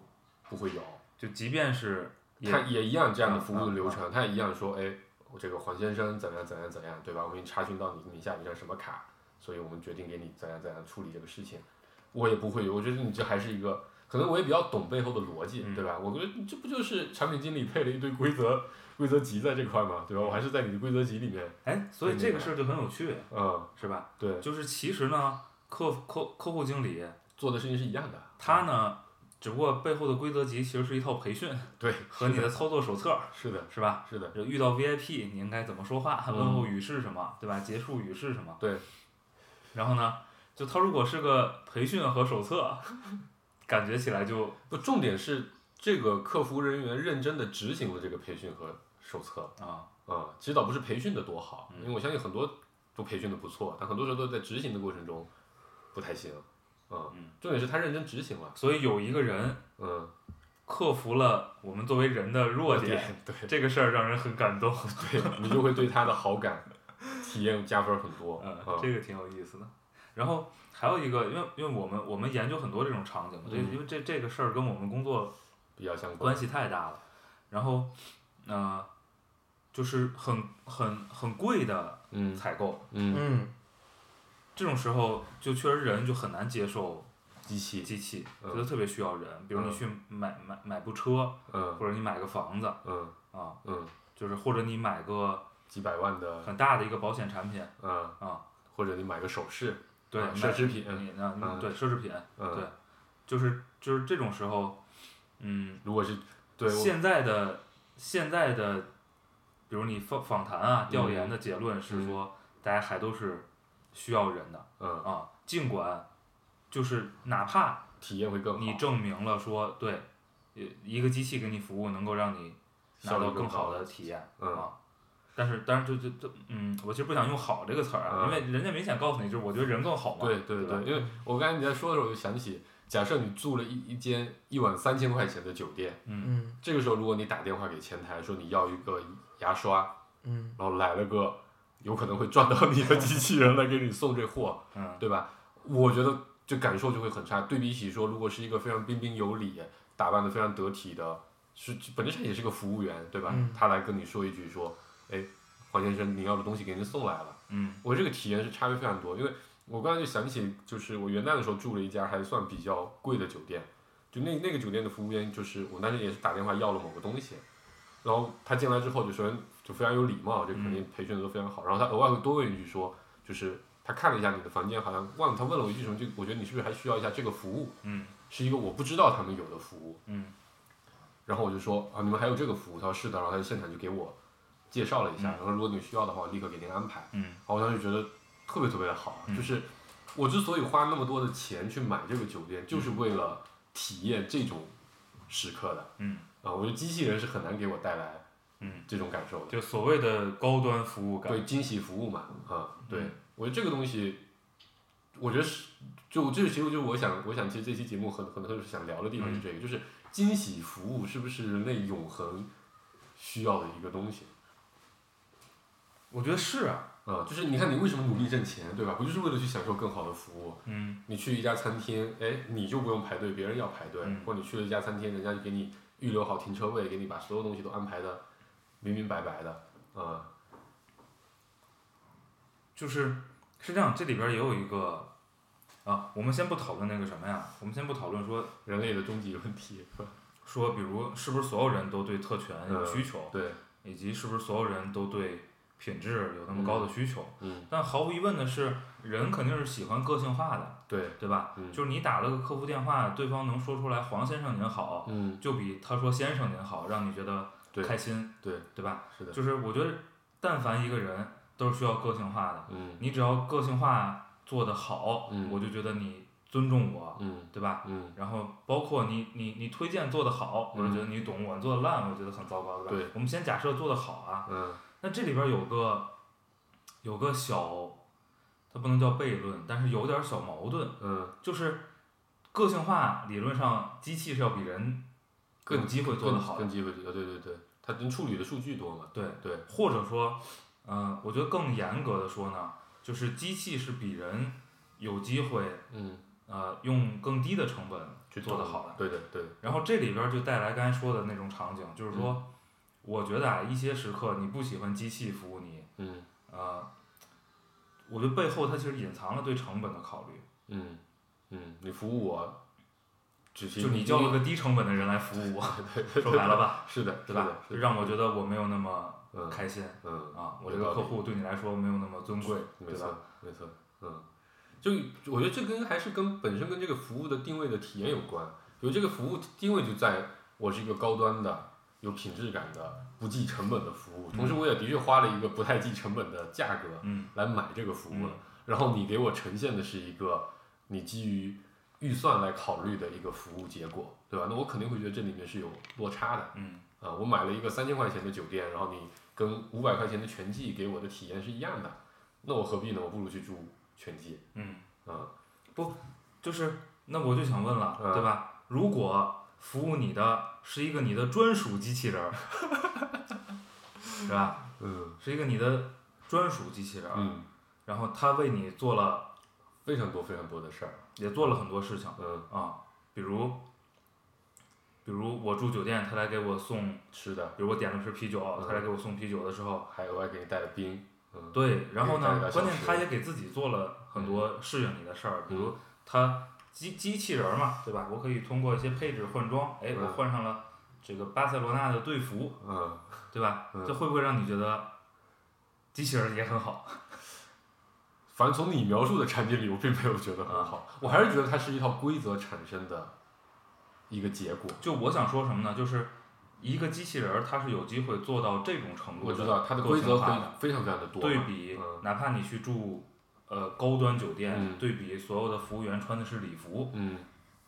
D: 不会有。
A: 就即便是也
D: 他也一样这样的服务
A: 嗯嗯
D: 流程，他也一样说，哎，我这个黄先生怎样怎样怎样，对吧？我们查询到你名下有一张什么卡，所以我们决定给你怎样怎样处理这个事情。我也不会有，我觉得你这还是一个，可能我也比较懂背后的逻辑，
A: 嗯
D: 对吧？我觉得这不就是产品经理配了一堆规则规则集在这块嘛，对吧？我还是在你的规则集里面，
A: 哎，所以
D: 对
A: 这个
D: 那个
A: 事儿就很有趣，
D: 嗯，
A: 是吧？
D: 对，
A: 就是其实呢，客服客客户经理
D: 做的事情是一样的。
A: 他呢，只不过背后的规则集其实是一套培训
D: 对
A: 和你的操作手册，
D: 是的，
A: 是吧？
D: 是的，
A: 就遇到 VIP 你应该怎么说话，
D: 嗯
A: 问候语是什么，对吧？结束语是什么？
D: 对。
A: 然后呢，就他如果是个培训和手册，感觉起来就
D: 不，重点是这个客服人员认真的执行了这个培训和手册。
A: 啊，
D: 啊、其实倒不是培训的多好，
A: 嗯
D: 因为我相信很多都培训的不错，但很多时候都在执行的过程中不太行。啊、
A: 嗯
D: 重点是他认真执行了。
A: 所以有一个人
D: 嗯，
A: 克服了我们作为人的弱点，
D: 对
A: 这个事儿让人很感动。
D: 对，你就会对他的好感体验加分很多。
A: 嗯
D: 啊、，
A: 这个挺有意思的。然后还有一个，因为因为我们我们研究很多这种场景嘛，这
D: 嗯
A: 因为这这个事儿跟我们工作
D: 比较相关
A: 关。系太大了。然后，呃，就是很很很贵的
D: 嗯
A: 采购，
D: 嗯，
C: 嗯，
A: 这种时候就确实人就很难接受
D: 机器，
A: 机器，
D: 嗯
A: 觉得特别需要人。比如你
D: 嗯
A: 去买买买部车，
D: 嗯
A: 或者你买个房子
D: 嗯
A: 啊，
D: 嗯，
A: 就是或者你买个
D: 几百万的，
A: 很大的一个保险产品
D: 嗯，
A: 啊，
D: 或者你买个首饰，
A: 对，
D: 啊奢侈品，
A: 买你那、
D: 嗯
A: 对奢侈品，对
D: 嗯，
A: 就是就是这种时候，嗯，
D: 如果是对我
A: 现在的现在的，比如你访访谈
D: 嗯
A: 啊、调研的结论是说，大家还都是需要人的
D: 嗯，
A: 啊，尽管就是哪怕
D: 体验会更好，
A: 你证明了说对，一一个机器给你服务能够让你拿
D: 效率
A: 到
D: 更
A: 更好
D: 高
A: 的体验
D: 嗯
A: 啊。但是，但是，就就就，嗯，我其实不想用“好”这个词儿啊，
D: 嗯
A: 因为人家明显告诉你，就是我觉得人更好嘛。
D: 对对
A: 对吧嗯
D: 对，因为我刚才你在说的时候，我就想起，假设你住了一一间一晚三千块钱的酒店，
A: 嗯
C: 嗯
D: 这个时候如果你打电话给前台说你要一个牙刷，
C: 嗯
D: 然后来了个有可能会撞到你的机器人来给你送这货，
A: 嗯
D: 对吧？我觉得就感受就会很差。对比起说，如果是一个非常彬彬有礼、打扮的非常得体的，是本质上也是个服务员，对吧？
C: 嗯
D: 他来跟你说一句说，哎，黄先生，您要的东西给您送来了。
A: 嗯
D: 我这个体验是差别非常多，因为我刚才就想起，就是我元旦的时候住了一家还算比较贵的酒店，就那那个酒店的服务员，就是我当时也是打电话要了某个东西，然后他进来之后就首先就非常有礼貌，这肯定培训的都非常好，然后他额外会多问一句说，就是他看了一下你的房间，好像忘了他问了我一句什么，就我觉得你是不是还需要一下这个服务，
A: 嗯
D: 是一个我不知道他们有的服务，
A: 嗯
D: 然后我就说啊，你们还有这个服务？他说是的，然后他就现场就给我介绍了一下，然后如果你需要的话，我立刻给您安排。
A: 嗯
D: 然后我当时觉得特别特别的好啊，
A: 嗯
D: 就是我之所以花那么多的钱去买这个酒店，就是为了体验这种时刻的
A: 嗯
D: 啊、我觉得机器人是很难给我带来
A: 嗯，
D: 这种感受的，
A: 就所谓的高端服务感。
D: 对惊喜服务嘛，啊、对、
A: 嗯
D: 我觉得这个东西，我觉得是就这个其实就是我想我想其实这期节目很很很想聊的地方是这
A: 嗯
D: 个，就是惊喜服务是不是人类永恒需要的一个东西？
A: 我觉得是啊。
D: 啊、就是你看你为什么努力挣钱，对吧？不就是为了去享受更好的服务？
A: 嗯
D: 你去一家餐厅，哎，你就不用排队，别人要排队；
A: 嗯
D: 或者你去了一家餐厅，人家就给你预留好停车位，给你把所有东西都安排的明明白白的，啊、
A: 就是是这样，这里边也有一个啊，我们先不讨论那个什么呀，我们先不讨论说
D: 人类的终极问题，是
A: 哦
D: 吧
A: 说，比如是不是所有人都对特权
D: 嗯
A: 有需求，
D: 对，
A: 以及是不是所有人都对品质有那么高的需求？
D: 嗯，
A: 但毫无疑问的是，人肯定是喜欢个性化的，
D: 对，
A: 对吧？
D: 嗯，
A: 就是你打了个客服电话，对方能说出来“黄先生您好”，
D: 嗯，
A: 就比他说“先生您好”让你觉得
D: 对
A: 开心，
D: 对，
A: 对吧？
D: 是的，
A: 就是我觉得，但凡一个人都是需要个性化的，
D: 嗯
A: 你只要个性化做得好，
D: 嗯
A: 我就觉得你尊重我，
D: 嗯
A: 对吧？
D: 嗯，
A: 然后包括你你你推荐做得好，我就
D: 嗯
A: 觉得你懂；我做得烂，我觉得很糟糕，对吧？
D: 对
A: 我们先假设做得好啊，
D: 嗯
A: 那这里边有个有个小，它不能叫悖论，但是有点小矛盾，
D: 嗯，
A: 就是个性化理论上机器是要比人有
D: 更
A: 机会做得好的
D: 更，机会，对对对，它能处理的数据多嘛？
A: 对，
D: 对，
A: 或者说，嗯、我觉得更严格的说呢，就是机器是比人有机会
D: 嗯，
A: 呃用更低的成本去做得好的。
D: 对的对的，
A: 然后这里边儿就带来刚才说的那种场景，就是说，我觉得啊，一些时刻你不喜欢机器服务你，
D: 嗯
A: 呃，我觉得背后它其实隐藏了对成本的考虑，
D: 嗯嗯，你服务我，只是
A: 就你叫了个低成本的人来服务我，说白了吧，
D: 是的，
A: 对
D: 是
A: 吧
D: 的？
A: 就是
D: 的
A: 让我觉得我没有那么
D: 嗯
A: 开心
D: 嗯。
A: 啊，我这
D: 有
A: 个
D: 道理
A: 客户对你来说没有那么尊贵，
D: 没
A: 对
D: 错
A: 吧？，
D: 没错，嗯，就我觉得这跟还是跟本身跟这个服务的定位的体验有关。比如这个服务定位就在我是一个高端的、有品质感的、不计成本的服务，同时我也的确花了一个不太计成本的价格
A: 嗯
D: 来买这个服务了。
A: 嗯
D: 然后你给我呈现的是一个你基于预算来考虑的一个服务结果，对吧？那我肯定会觉得这里面是有落差的。
A: 嗯
D: 啊，我买了一个三千块钱的酒店，然后你跟五百块钱的全季给我的体验是一样的，那我何必呢？我不如去住全季
A: 嗯，
D: 啊，
A: 就是那我就想问了，
D: 嗯
A: 对吧？如果服务你的是一个你的专属机器人儿，是吧？
D: 嗯
A: 是一个你的专属机器人儿，
D: 嗯，
A: 然后他为你做了
D: 非常多非常多的事儿，
A: 也做了很多事情
D: 嗯，
A: 啊，比如，比如我住酒店，他来给我送，
D: 吃的，
A: 比如我点了瓶啤酒，
D: 嗯
A: 他来给我送啤酒的时候，
D: 还额外给你带了冰，嗯，
A: 对，然后
D: 给你带
A: 呢，
D: 了
A: 关
D: 小
A: 键
D: 吃
A: 他也给自己做了很多适应你的事儿，比如
D: 嗯
A: 他机机器人儿嘛，对吧？我可以通过一些配置换装，哎，我
D: 嗯
A: 换上了这个巴塞罗那的队服，
D: 嗯，
A: 对吧？
D: 嗯
A: 这会不会让你觉得机器人儿也很好？
D: 反正从你描述的产品里，我并没有觉得很好，
A: 嗯
D: 我还是觉得它是一套规则产生的一个结果。
A: 就我想说什么呢？就是一个机器人，儿，它是有机会做到这种程度
D: 我
A: 的。
D: 知道它的规则
A: 嗯化
D: 会
A: 的
D: 非常非常的多嘛，
A: 对比，
D: 嗯
A: 哪怕你去住呃高端酒店，
D: 嗯
A: 对比所有的服务员穿的是礼服，
D: 嗯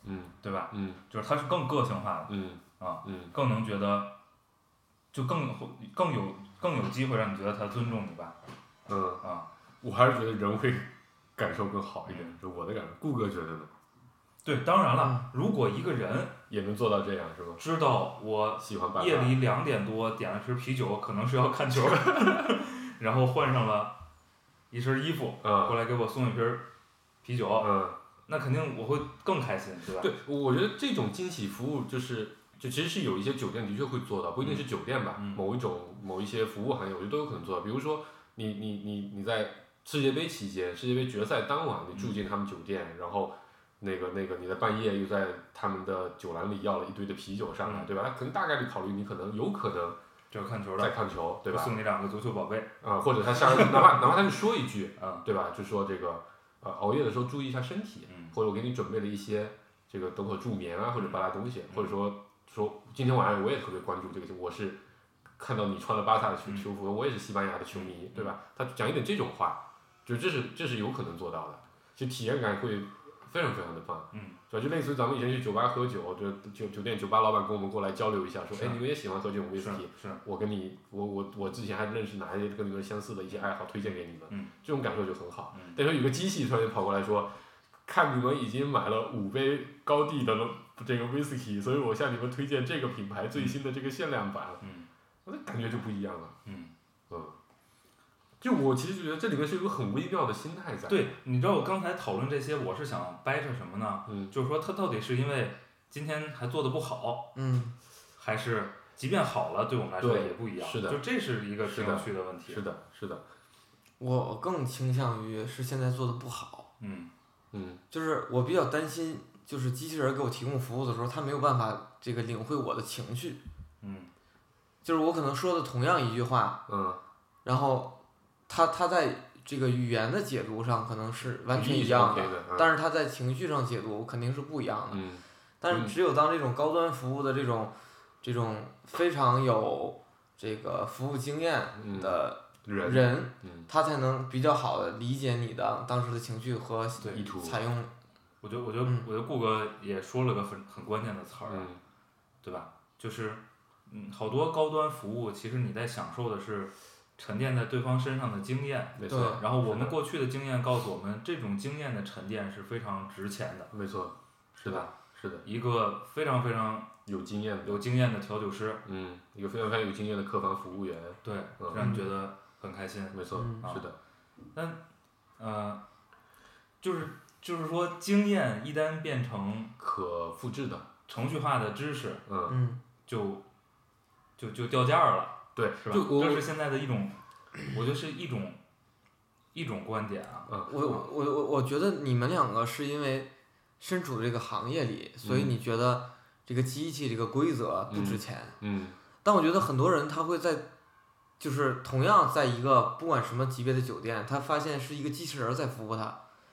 D: 嗯
A: 对吧？
D: 嗯
A: 就是它是更个性化
D: 嗯
A: 的啊，
D: 嗯
A: 更能觉得，就更会更有更有机会让你觉得它尊重你吧
D: 嗯。
A: 啊。
D: 我还是觉得人会感受更好一点，是我的感受。顾哥觉得呢，
A: 对，当然了，
D: 嗯
A: 如果一个人
D: 也能做到这样是吧？
A: 知道我
D: 喜欢八卦
A: 夜里两点多点了瓶啤酒，可能是要看 球 儿，然后换上了一身衣服，
D: 嗯
A: 过来给我送一瓶啤酒，
D: 嗯
A: 那肯定我会更开心，对吧？
D: 对，我觉得这种惊喜服务就是，就其实是有一些酒店的确会做到，不一定是酒店吧，
A: 嗯
D: 某一种某一些服务行业，我觉得都有可能做到。比如说你你你你在世界杯期间，世界杯决赛当晚，你住进他们酒店，然后那个那个你在半夜又在他们的酒栏里要了一堆的啤酒上来，
A: 嗯
D: 对吧？他可能大概率考虑你可能有可能
A: 就是看球
D: 在
A: 的，
D: 看球，对吧？
A: 送你两个足球宝贝，
D: 啊、或者他下来，哪怕哪怕他就说一句，
A: 啊，
D: 对吧？就说这个呃熬夜的时候注意一下身体，
A: 嗯
D: 或者我给你准备了一些这个等会儿助眠啊或者巴拉东
A: 嗯
D: 西，或者说说今天晚上我也特别关注这个，我是看到你穿了巴萨的球
A: 嗯
D: 球服，我也是西班牙的球迷，对吧？他讲一点这种话，就这是这是有可能做到的，就体验感会非常非常的棒。
A: 嗯，
D: 对吧？就类似于咱们以前去酒吧喝酒，就酒酒店酒吧老板跟我们过来交流一下，说，
A: 是
D: 哎，你们也喜欢喝这种威
A: 是
D: 士忌，
A: 是，
D: 我跟你，我我我之前还认识哪一些跟你们相似的一些爱好，推荐给你们，
A: 嗯
D: 这种感受就很好。
A: 嗯
D: 但是有个机器突然就跑过来说，看你们已经买了五杯高地的这个 whisky，所以我向你们推荐这个品牌最新的这个限量版，
A: 嗯
D: 我的感觉就不一样了。
A: 嗯，
D: 嗯，就我其实觉得这里面是有个很微妙的心态在。，
A: 对，你知道我刚才讨论这些，我是想掰扯什么呢？
D: 嗯
A: 就是说他到底是因为今天还做的不好，
C: 嗯，
A: 还是即便好了，对我们来说
D: 对
A: 也不一样？
D: 是的
A: 就这是一个挺
D: 是的
A: 有趣的问题。
D: 是的，是的，
C: 我更倾向于是现在做的不好，
A: 嗯
D: 嗯
C: 就是我比较担心，就是机器人给我提供服务的时候，它没有办法这个领会我的情绪，
A: 嗯
C: 就是我可能说的同样一句话，
D: 嗯，
C: 然后它它在这个语言的解读上可能是完全
D: 你
C: 一
D: 是
C: 样
D: OK
C: 的，
D: 的，嗯
C: 但是它在情绪上解读肯定是不一样的。
D: 嗯
C: 但是
D: 嗯
C: 只有当这种高端服务的这种这种非常有这个服务经验
D: 嗯
C: 的
D: 人
C: 人，
D: 嗯
C: 他才能比较好的理解你的当时的情绪和
A: 对
D: 意图
C: 采用。
A: 我觉得，我觉得，
C: 嗯
A: 我觉得顾哥也说了个很很关键的词儿啊，
D: 嗯
A: 对吧？就是，嗯，好多高端服务，其实你在享受的是沉淀在对方身上的经验。
D: 没
C: 对
D: 错
A: 然后我们
D: 是的
A: 过去的经验告诉我们，这种经验的沉淀是非常值钱的，
D: 没错是
A: 对
D: 的
A: 吧？
D: 是的
A: 一个非常非常
D: 有经验的
A: 有经验的调酒师，
D: 嗯，一个非常非常有经验的客房服务员，
A: 对，
D: 嗯
A: 让你觉得很开心。
D: 没错，
C: 嗯
D: 是的，
A: 呃，就是就是说，经验一旦变成
D: 可复制的，
A: 程序化的知识，
D: 嗯，
C: 嗯，
A: 就就就掉价儿了。
D: 对，
A: 是吧？
D: 就我
A: 这是现在的一种，我觉得是一种一种观点啊。
D: 嗯，
C: 我我我我觉得你们两个是因为身处这个行业里，所以
D: 嗯
C: 你觉得这个机器这个规则不值
D: 嗯
C: 钱。
D: 嗯
C: 但我觉得很多人他会在，就是同样在一个不管什么级别的酒店，他发现是一个机器人在服务他，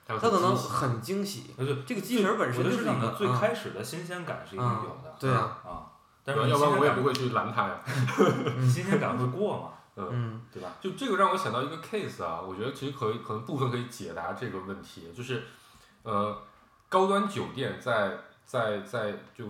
D: 还有
C: 他可能
D: 自信
C: 很惊喜。
A: 呃那就
C: 这个机器人本身就
A: 我觉得
C: 是
A: 是
C: 一
A: 这样
C: 个
A: 的，最
C: 嗯
A: 开始的新鲜感是一定
C: 嗯
A: 有的
C: 对啊，
A: 啊，但是你
D: 要不
A: 新
D: 然
A: 鲜
D: 我也
A: 感
D: 不会去拦他呀。
A: 新鲜感会过嘛，
C: 嗯
A: 对吧？
D: 就这个让我想到一个 case 啊，我觉得其实可以可能部分可以解答这个问题，就是呃，高端酒店在在在就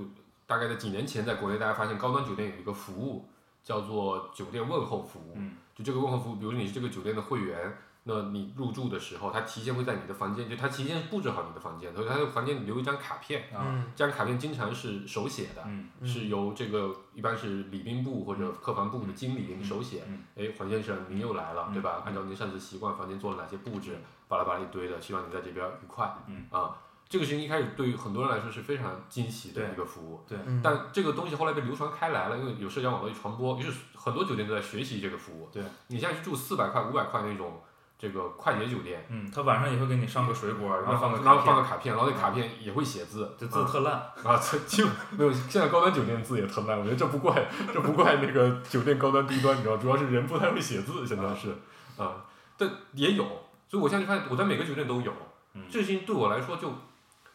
D: 大概在几年前，在国内大家发现高端酒店有一个服务叫做酒店问候服务，
A: 嗯
D: 就这个问候服务，比如你是这个酒店的会员，那你入住的时候，他提前会在你的房间，就他提前布置好你的房间，所以他在房间里留一张卡片，
A: 啊
C: 嗯
D: 这张卡片经常是手写的，
A: 嗯
C: 嗯
D: 是由这个一般是礼宾部或者客房部的经理给你手写。
A: 嗯
D: 哎，黄先生，您又来了，
A: 嗯
D: 对吧？按照您上次习惯，房间做了哪些布置，巴拉巴拉一堆的，希望你在这边愉快。
A: 嗯
D: 啊，这个事情一开始对于很多人来说是非常惊喜的
A: 对
D: 一个服务，
C: 嗯，
D: 但这个东西后来被流传开来了，因为有社交网络一传播，于是很多酒店都在学习这个服务。
A: 对，
D: 你现在去住四百块、五百块那种这个快捷酒店，
A: 嗯，他晚上也会给你上个水果，然后放个
D: 嗯然后
A: 卡
D: 放个
A: 片，嗯
D: 卡片，然后那卡片也会写字，
A: 这字特烂，
D: 啊，这就没有现在高端酒店字也特烂，我觉得这不怪这不怪那个酒店高端低端，你知道，主要是人不太会写字，现在是啊，但也有，所以我现在就发现我在每个酒店都有，
A: 嗯
D: 这事情对我来说就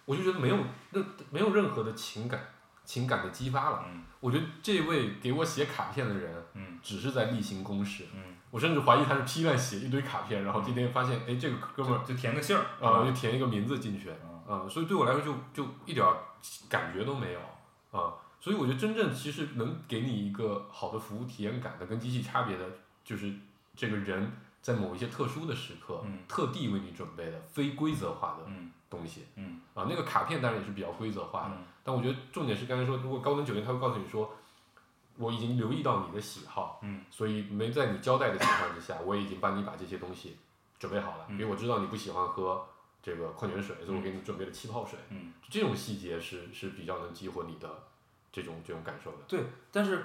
D: 我就觉得没有任没有任何的情感情感的激发了，
A: 嗯
D: 我觉得这位给我写卡片的人
A: 嗯
D: 只是在例行公事，
A: 嗯，
D: 我甚至怀疑他是批量写一堆卡片，然后今天发现哎这个哥们儿
A: 就填个信儿
D: 啊，就填一个名字进去，
A: 嗯
D: 啊、所以对我来说就就一点儿感觉都没有啊、所以我觉得真正其实能给你一个好的服务体验感的，跟机器差别的，就是这个人在某一些特殊的时刻，
A: 嗯
D: 特地为你准备的非规则化的
A: 嗯
D: 东西
A: 嗯
D: 啊、那个卡片当然也是比较规则化的，
A: 嗯
D: 但我觉得重点是刚才说，如果高端酒店他会告诉你说，我已经留意到你的喜好，
A: 嗯
D: 所以没在你交代的情况之下，我已经帮你把这些东西准备好了。
A: 嗯
D: 比如我知道你不喜欢喝这个矿泉水，所以我给你准备了气泡水。
A: 嗯，
D: 这种细节是是比较能激活你的这种这种感受的。
A: 对，但是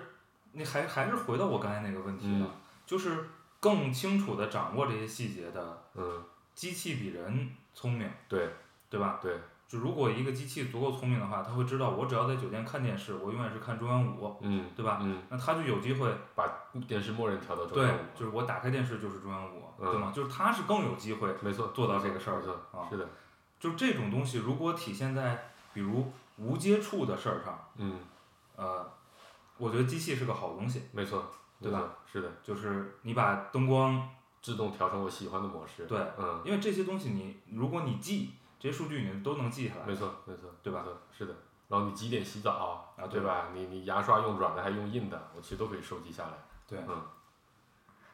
A: 你还还是回到我刚才那个问题了，
D: 嗯
A: 就是更清楚的掌握这些细节的
D: 嗯，
A: 机器比人聪明，
D: 对
A: 对吧？
D: 对，
A: 就如果一个机器足够聪明的话，它会知道我只要在酒店看电视，我永远是看中央五，
D: 嗯，
A: 对吧？
D: 嗯，
A: 那它就有机会，
D: 把电视默认调到中
A: 对
D: 央，
A: 就
D: 五，
A: 是我打开电视就是中央五，
D: 嗯
A: 对吗？就是它是更有机会。
D: 没错，
A: 做到这个事儿
D: 没错
A: 啊
D: 是的，
A: 就这种东西，如果体现在比如无接触的事儿上，
D: 嗯，
A: 呃，我觉得机器是个好东西，
D: 没错，
A: 对
D: 没
A: 吧
D: 错？是的，
A: 就是你把灯光，
D: 自动调成我喜欢的模式。
A: 对
D: 嗯，
A: 因为这些东西你如果你记这些数据，你都能记下来
D: 没。错，没错，
A: 对吧
D: 没错？是的。然后你几点洗澡
A: 嗯啊
D: 对
A: 对
D: 吧？你你牙刷用软的还用硬的，我其实都可以收集下来。
A: 对
D: 嗯。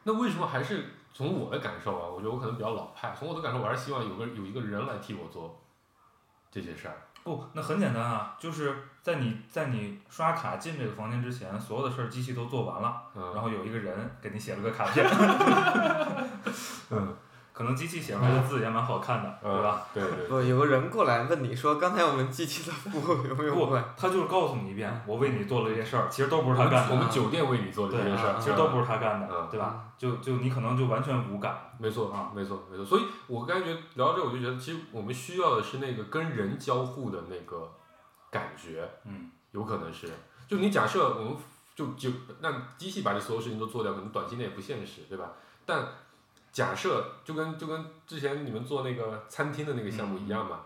D: 那为什么还是从我的感受啊？我觉得我可能比较老派。从我的感受，我还是希望有个有一个人来替我做这些事儿。
A: 不，那很简单啊，就是在你在你刷卡进这个房间之前，所有的事儿机器都做完了，
D: 嗯
A: 然后有一个人给你写了个卡片，
D: 嗯，
A: 可能机器写出来的字也蛮好看的，对吧？
D: 嗯？对对
C: 不，有个人过来问你说，刚才我们机器的服务有没有
A: 不
C: 关？，
A: 他就是告诉你一遍，我为你做了这些事儿，其实都不是他干
D: 我
A: 的，啊
D: 们酒店为你做嗯的这些事儿，
C: 对
A: 其实都不是他干
D: 嗯
A: 的，对吧？就就你可能就完全无感，
D: 没错
A: 啊
D: 没错，没错。所以我刚才觉得聊到这，我就觉得其实我们需要的是那个跟人交互的那个感觉，
A: 嗯，
D: 有可能是，就你假设我们就就让机器把这所有事情都做掉，可能短期内也不现实，对吧？但假设就跟就跟之前你们做那个餐厅的那个项目一样
A: 嗯
D: 嘛，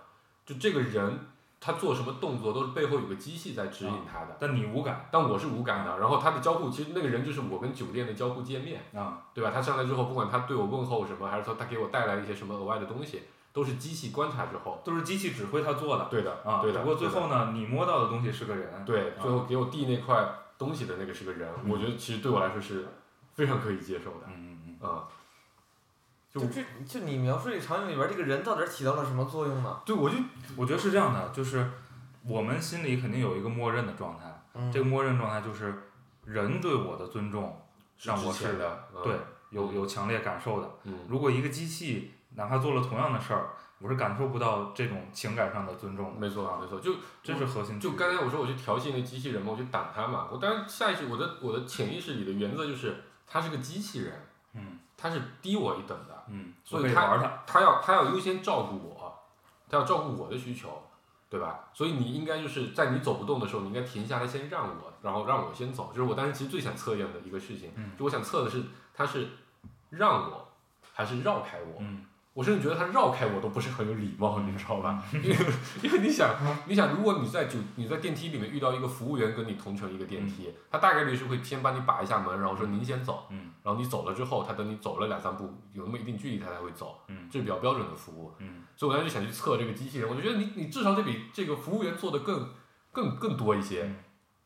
D: 就这个人他做什么动作都是背后有个机器在
A: 嗯
D: 指引他的，
A: 但你无感
D: 但我是无感的。然后他的交互，其实那个人就是我跟酒店的交互界面。
A: 啊，
D: 对吧？他上来之后，不管他对我问候什么，还是说他给我带来一些什么额外的东西，都是机器观察之后。
A: 都是机器指挥他做的
D: 对的，
A: 啊。
D: 对的。
A: 不过最
D: 对的
A: 后呢，你摸到的东西是个人，
D: 对，
A: 啊
D: 最后给我递那块东西的那个是个人，
A: 嗯
D: 我觉得其实对我来说是非常可以接受的
A: 嗯嗯嗯，
D: 啊、
C: 就这就你描述这个场景里边儿，这个人到底起到了什么作用呢？
D: 对，我就
A: 我觉得是这样的，就是我们心里肯定有一个默认的状态，
C: 嗯
A: 这个默认状态就是人对我的尊重让我
D: 之前
A: 是
D: 的，嗯
A: 对，有有强烈感受的。
D: 嗯，
A: 如果一个机器哪怕做了同样的事儿，我是感受不到这种情感上的尊重的，
D: 没错啊没错，就
A: 这是核心区
D: 就
A: 别。
D: 刚才我说我去调戏那机器人嘛，我去打他嘛，我当然下意识我的我的潜意识里的原则就是他是个机器人，
A: 嗯
D: 他是低我一等的，
A: 嗯，
D: 所以
A: 我可以
D: 他
A: 玩它，
D: 他要他要优先照顾我，他要照顾我的需求，对吧？所以你应该就是在你走不动的时候，你应该停下来先让我，然后让我先走。就是我当时其实最想测验的一个事情，
A: 嗯
D: 就我想测的是他是让我还是绕开我。
A: 嗯
D: 我甚至觉得他绕开我都不是很有礼貌，你知道吧？
A: 嗯
D: 因为因为你想，你想，如果你在酒你在电梯里面遇到一个服务员跟你同乘一个电梯，他大概率是会先帮你把一下门，然后说您先走，
A: 嗯
D: 然后你走了之后，他等你走了两三步，有那么一定距离，他才会走。
A: 嗯
D: 这是比较标准的服务。
A: 嗯
D: 所以我当时就想去测这个机器人，我就觉得你你至少得比这个服务员做的更更更多一些，
A: 嗯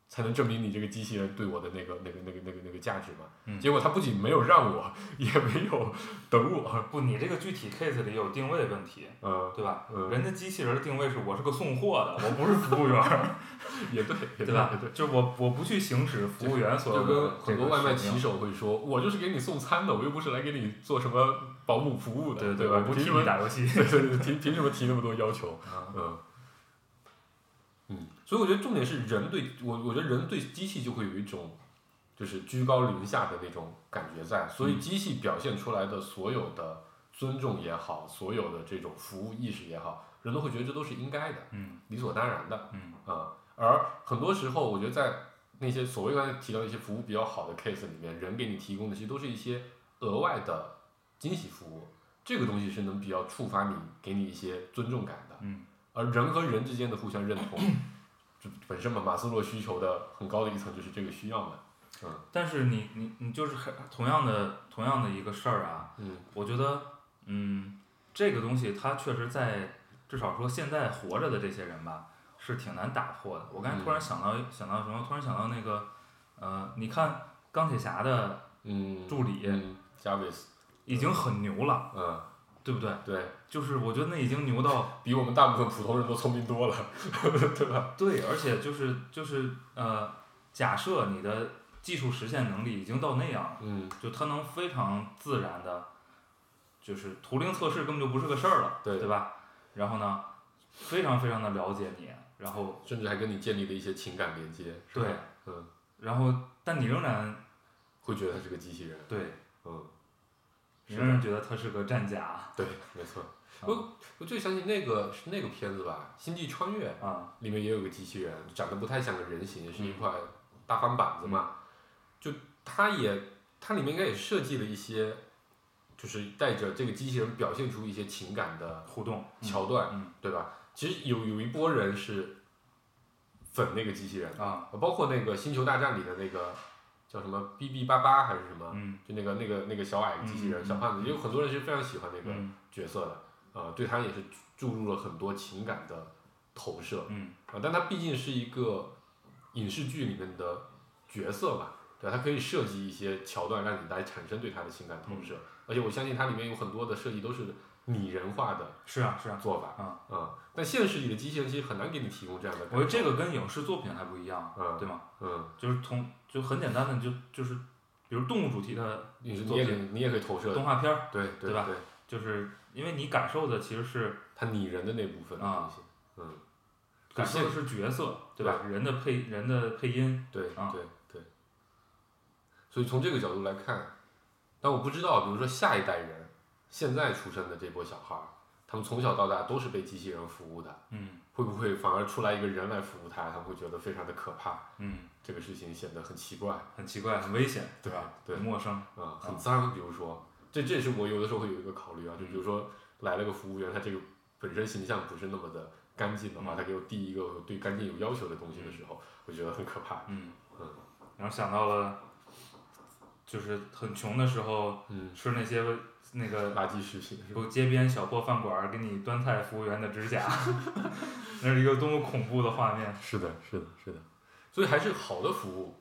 D: 才能证明你这个机器人对我的那个那个那个那个那个价值嘛。
A: 嗯
D: 结果他不仅没有让我，也没有等我，
A: 不，你这个具体 case 里有定位问题，
D: 呃
A: 对吧？
D: 呃，
A: 人家机器人定位是我是个送货的，我不是服务员儿，
D: 也对，也
A: 对吧
D: 也对。？
A: 就是我我不去行使服务员所
D: 就
A: 有的
D: 跟很多外卖
A: 骑
D: 骑手会说，我就是给你送餐的，我又不是来给你做什么保姆服务的，
A: 对
D: 对
A: 我
D: 吧？
A: 不
D: 凭
A: 替
D: 什么
A: 你？打游戏。
D: 对对对，凭凭什么提那么多要求？
A: 啊
D: 嗯，嗯，所以我觉得重点是人对我，我觉得人对机器就会有一种就是居高临下的那种感觉在，所以机器表现出来的所有的尊重也好，所有的这种服务意识也好，人都会觉得这都是应该的，
A: 嗯
D: 理所当然的啊、
A: 嗯
D: 而很多时候，我觉得在那些所谓刚才提到的一些服务比较好的 case 里面，人给你提供的其实都是一些额外的惊喜服务，这个东西是能比较触发你，给你一些尊重感的。
A: 嗯
D: 而人和人之间的互相认同，就本身嘛，马斯洛需求的很高的一层就是这个需要嘛。
A: 但是你你你就是很同样的同样的一个事儿啊，
D: 嗯
A: 我觉得，嗯，这个东西它确实在至少说现在活着的这些人吧，是挺难打破的。我刚
D: 嗯
A: 才突然想到、想到什么，突然想到那个，呃，你看钢铁侠的
D: 嗯，
A: 助理
D: 嗯，Jarvis，
A: 已经很牛了，
D: 嗯，
A: 对不对？
D: 对
A: 就是我觉得那已经牛到
D: 比我们大部分普通人都聪明多了，对吧？
A: 对，而且就是就是呃，假设你的技术实现能力已经到那样了，
D: 嗯，
A: 就它能非常自然的，就是图灵测试根本就不是个事儿了，
D: 对
A: 对吧？然后呢，非常非常的了解你，然后
D: 甚至还跟你建立了一些情感连接，是吧
A: 对，
D: 嗯，
A: 然后但你仍然
D: 会觉得他是个机器人，
A: 对，
D: 嗯，
A: 你
D: 是
A: 仍然觉得他是个战甲
D: 对，没错。我我最想起那个是那个片子吧，《星际穿越》
A: 啊，
D: 里面也有个机器人，长得不太像个人形，是一块大方板子嘛。就它也，它里面应该也设计了一些，就是带着这个机器人表现出一些情感的
A: 互动
D: 桥段，
A: 嗯
D: 对吧？其实有有一波人是粉那个机器人，
A: 啊，
D: 包括那个《星球大战》里的那个叫什么 BB 八八还是什么，
A: 嗯
D: 就那个那个那个小矮机器人、
A: 嗯嗯
D: 小胖子，有很多人是非常喜欢那个
A: 嗯
D: 角色的，啊、对他也是注入了很多情感的投射啊、
A: 嗯
D: 但他毕竟是一个影视剧里面的角色吧，对吧，他可以设计一些桥段让你来产生对他的情感投
A: 嗯
D: 射，而且我相信它里面有很多的设计都是拟人化的
A: 是啊是啊，
D: 做法
A: 啊
D: 啊、但现实里的机器人其实很难给你提供这样的感
A: 我
D: 受，
A: 觉得这个跟影视作品还不一样，
D: 嗯
A: 对吗？
D: 嗯，
A: 就是从就很简单的就就是，比如动物主题的
D: 你是你
A: 作
D: 也
A: 品
D: 你也可以投射，
A: 动画片儿，
D: 对
A: 对吧
D: 对，
A: 就是因为你感受的其实是
D: 它拟人的那部分的东
A: 啊
D: 西，嗯，
A: 感受
D: 现
A: 的是角色，对吧？人的配人的配音，
D: 对
A: 啊
D: 对对，所以从这个角度来看，但我不知道，比如说下一代人，现在出生的这波小孩儿，他们从小到大都是被机器人服务的，
A: 嗯
D: 会不会反而出来一个人来服务他，他们会觉得非常的可怕？
A: 嗯，
D: 这个事情显得很奇怪，
A: 很奇怪，很危险，对吧？
D: 对
A: 很陌生，
D: 啊，很脏。比如说，这这也是我有的时候会有一个考虑啊，就比如说来了个服务员，他这个本身形象不是那么的干净的话，
A: 嗯
D: 他给我递一个我对干净有要求的东西的时候，我觉得很可怕。
A: 嗯
D: 嗯，
A: 然后想到了，就是很穷的时候
D: 嗯，
A: 吃那些那个
D: 垃圾食品是吧？
A: 不街边小破饭馆儿给你端菜服务员的指 甲，那是一个多么恐怖的画面，
D: 是的，是的，是的。所以还是好的服务，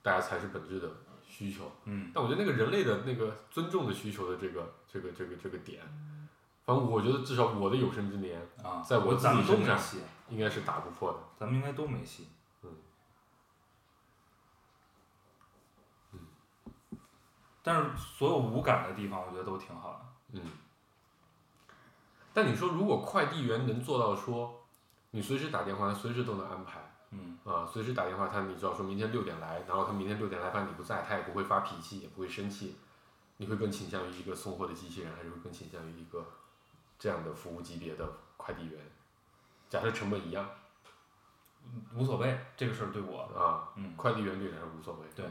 D: 大家才是本质的需求。
A: 嗯
D: 但我觉得那个人类的那个尊重的需求的这个这个这个这个点，反正我觉得至少我的有生之年
A: 啊，
D: 在我
A: 我
D: 自己
A: 咱们都
D: 身
A: 没
D: 上
A: 戏，
D: 应该是打不破的。
A: 咱们应该都没戏。
D: 嗯嗯
A: 但是所有无感的地方，我觉得都挺好的。
D: 嗯。但你说，如果快递员能做到说，你随时打电话，他随时都能安排
A: 嗯
D: 啊、随时打电话，他你知道说明天六点来，然后他明天六点来，发现你不在，他也不会发脾气，也不会生气，你会更倾向于一个送货的机器人，还是会更倾向于一个这样的服务级别的快递员？假设成本一样
A: 无所谓，这个事儿对我，
D: 啊，
A: 嗯
D: 快递员对你还是无所谓。
A: 对
D: 啊、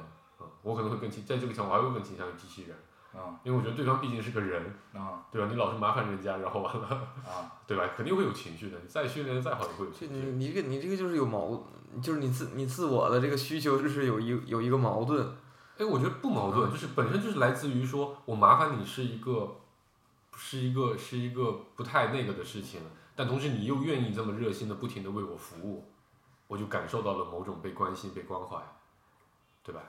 D: 我可能会更倾，在这个上我还会更倾向于机器人，
A: 啊
D: 因为我觉得对方毕竟是个人，
A: 啊
D: 对吧？你老是麻烦人家，然后完了。
A: 啊，
D: 对吧？肯定会有情绪的，你再训练得再好也会有
C: 这
D: 情
C: 你
D: 绪。
C: 你这个你这个就是有矛，就是你自你自我的这个需求就是有一有一个矛盾，
D: 哎，我觉得不矛盾，就是本身就是来自于说我麻烦你是一个，是一个是一个不太那个的事情，但同时你又愿意这么热心的不停的为我服务，我就感受到了某种被关心、被关怀，对吧？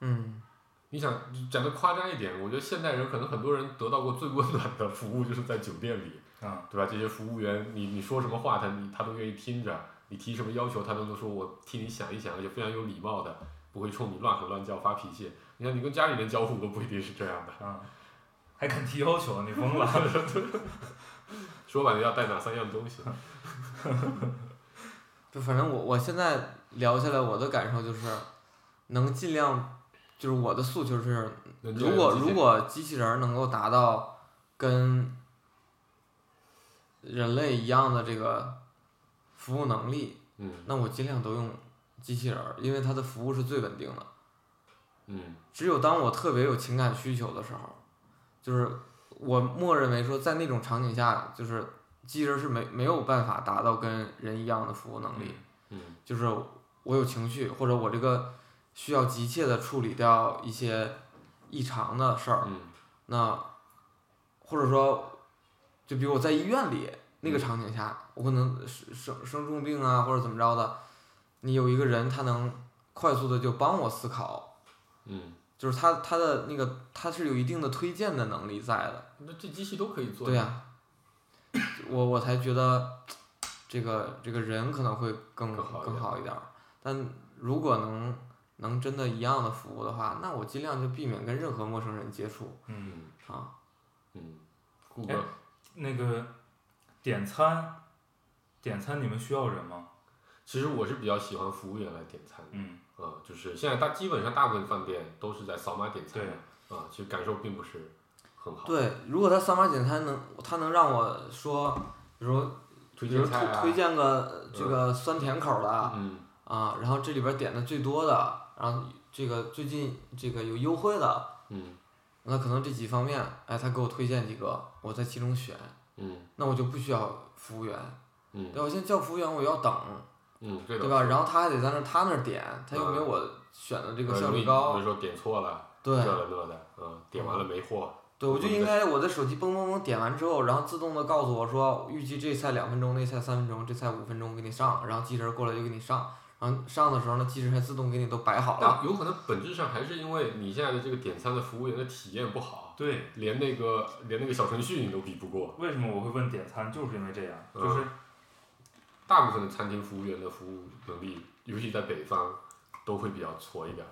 C: 嗯，
D: 你想讲的夸张一点，我觉得现代人可能很多人得到过最温暖的服务就是在酒店里，
A: 啊
D: 对吧？这些服务员，你你说什么话，他你他都愿意听着，你提什么要求，他都能说我替你想一想，而且非常有礼貌的，不会冲你乱吼乱叫发脾气。你看你跟家里人交互都不一定是这样的，
A: 啊，还敢提要求，你疯 了！
D: 说白了要带哪三样东西？
C: 就反正我我现在聊下来，我的感受就是，能尽量，就是我的诉求是，
D: 那这
C: 如果
D: 个机器
C: 如果机器人儿能够达到跟人类一样的这个服务能力，
D: 嗯
C: 那我尽量都用机器人儿，因为它的服务是最稳定的。
D: 嗯
C: 只有当我特别有情感需求的时候，就是我默认为说，在那种场景下，就是机器人儿是没没有办法达到跟人一样的服务能力。
D: 嗯
C: 就是我有情绪，或者我这个需要急切的处理掉一些异常的事儿，
D: 嗯
C: 那或者说，就比如我在医院里那个场景下，我可能生生生重病啊，或者怎么着的，你有一个人他能快速的就帮我思考，
D: 嗯，
C: 就是他他的那个他是有一定的推荐的能力在的，
D: 那这机器都可以做。
C: 对呀、我我才觉得这个这个人可能会更
D: 更好一
C: 更
D: 点
C: 好一点儿，但如果能能真的一样的服务的话，那我尽量就避免跟任何陌生人接触
A: 嗯，
C: 啊。
D: 嗯，谷歌
A: 那个点餐，点餐你们需要人吗？
D: 其实我是比较喜欢服务员来点餐的，
A: 嗯，
D: 啊、就是现在大基本上大部分饭店都是在扫码点餐
A: 对
D: 的，啊、其实感受并不是很好。
C: 对，如果他扫码点餐能，他能让我说，比如
D: 推
C: 比如
D: 荐菜
C: 推
D: 啊，
C: 推荐个这个酸甜口的啊、
D: 嗯，
C: 然后这里边点的最多的，然后这个最近这个有优惠的，
D: 嗯
C: 那可能这几方面，哎，他给我推荐几个，我在其中选，
D: 嗯
C: 那我就不需要服务员，
D: 嗯
C: 对，我现在叫服务员我要等，
D: 嗯，对
C: 对
D: 的。
C: 吧？然后他还得在那儿他那儿点，他又没有
D: 嗯
C: 我选的这个
D: 呃
C: 效
D: 容
C: 率
D: 易
C: 高
D: 有，时候点错了，
C: 对
D: 这了那的，嗯，点完了没货，
C: 对，我就
D: 我们
C: 应
D: 在
C: 该我的手机嘣嘣嘣点完之后，然后自动的告诉我说，预计这菜两分钟，那菜三分钟，这菜五分钟，我给你上，然后机器人过来就给你上，然后上的时候呢，机器人还自动给你都摆好了。
D: 但有可能本质上还是因为你现在的这个点餐的服务员的体验不好，
A: 对，
D: 连那个连那个小程序你都比不过。
A: 为什么我会问点餐，就是因为这样，
D: 嗯
A: 就是
D: 大部分的餐厅服务员的服务能力，尤其在北方，都会比较挫一点儿。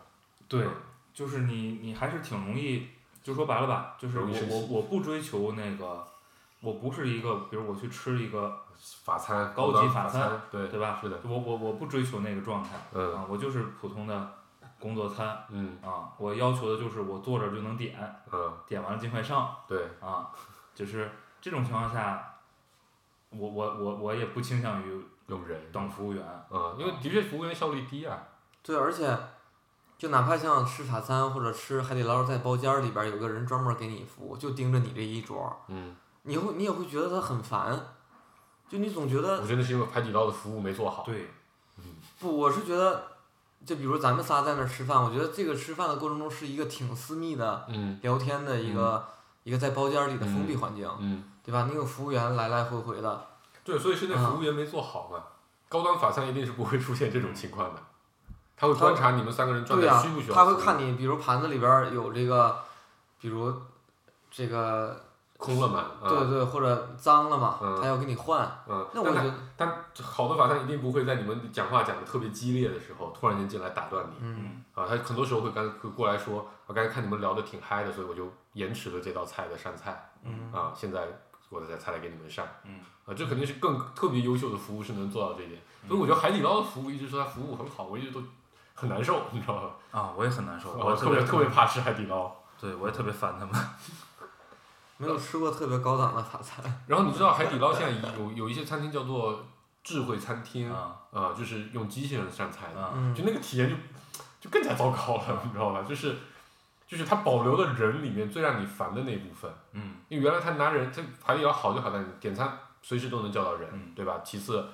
A: 对，就是你你还是挺容易，就说白了吧，就是我
D: 容易生气
A: 我我不追求那个，我不是一个，比如我去吃一个，
D: 法餐，
A: 高级
D: 端
A: 法
D: 法
A: 餐，
D: 对
A: 对吧？
D: 是的，
A: 我我我不追求那个状态
D: 嗯
A: 啊，我就是普通的工作餐
D: 嗯
A: 啊，我要求的就是我坐着就能点，
D: 嗯，
A: 点完了尽快上
D: 对，
A: 啊，就是这种情况下，我我我我也不倾向于
D: 用人，
A: 等服务员，
D: 嗯，因为的确服务员效率低啊，
C: 对，而且就哪怕像吃法餐或者吃海底捞在包间儿里边儿有个人专门给你服务，就盯着你这一桌儿，
D: 嗯，
C: 你会你也会觉得他很烦，就你总觉得
D: 我觉得是因为海底捞的服务没做好，
A: 对，
C: 不，我是觉得，就比如咱们仨在那儿吃饭，我觉得这个吃饭的过程中是一个挺私密的
D: 嗯
C: 聊天的一个、一个在包间里的封闭
D: 嗯
C: 环境，
D: 嗯，
C: 对吧？那个服务员来来回回的，
D: 对，所以是那
C: 嗯
D: 服务员没做好嘛，高端法餐一定是不会出现这种情况的，他会观察你们三个人状
C: 对
D: 态
C: 呀、
D: 需不需要，
C: 他会看你，比如盘子里边儿有这个，比如这个，
D: 空了嘛，嗯
C: 对对，或者脏了嘛，
D: 嗯
C: 他要给你换。
D: 嗯，
C: 那我觉
D: 但
C: 得，
D: 他但好的法餐一定不会在你们讲话讲的特别激烈的时候，突然间进来打断你。
C: 嗯，
A: 嗯，
D: 啊，他很多时候会刚会过来说，我刚才看你们聊的挺嗨的，所以我就延迟了这道菜的上菜。
A: 嗯
D: 啊，现在我再菜来给你们上。
A: 嗯，
D: 啊，这肯定是更特别优秀的服务是能做到这一点。所以我觉得海底捞的服务一直说它服务很好，我一直都很难受，你知道 吗？
A: 啊，我也很难受，我
D: 我
A: 也
D: 特别特别
A: 别，
D: 怕吃海底捞。
A: 对我也特别烦他们，
C: 没有吃过特别高档的法 餐，
D: 然后你知道海底捞现在 有有一些餐厅叫做智慧餐厅啊、
A: 啊
D: 就是用机器人上菜的。
A: 啊，
C: 嗯
D: 就，那个体验就就更加糟糕了，你知道吧？就是就是他保留了人里面最让你烦的那部分，
A: 嗯
D: 因为原来他拿人，他海底捞好就好在你点餐随时都能叫到人，
A: 嗯
D: 对吧？其次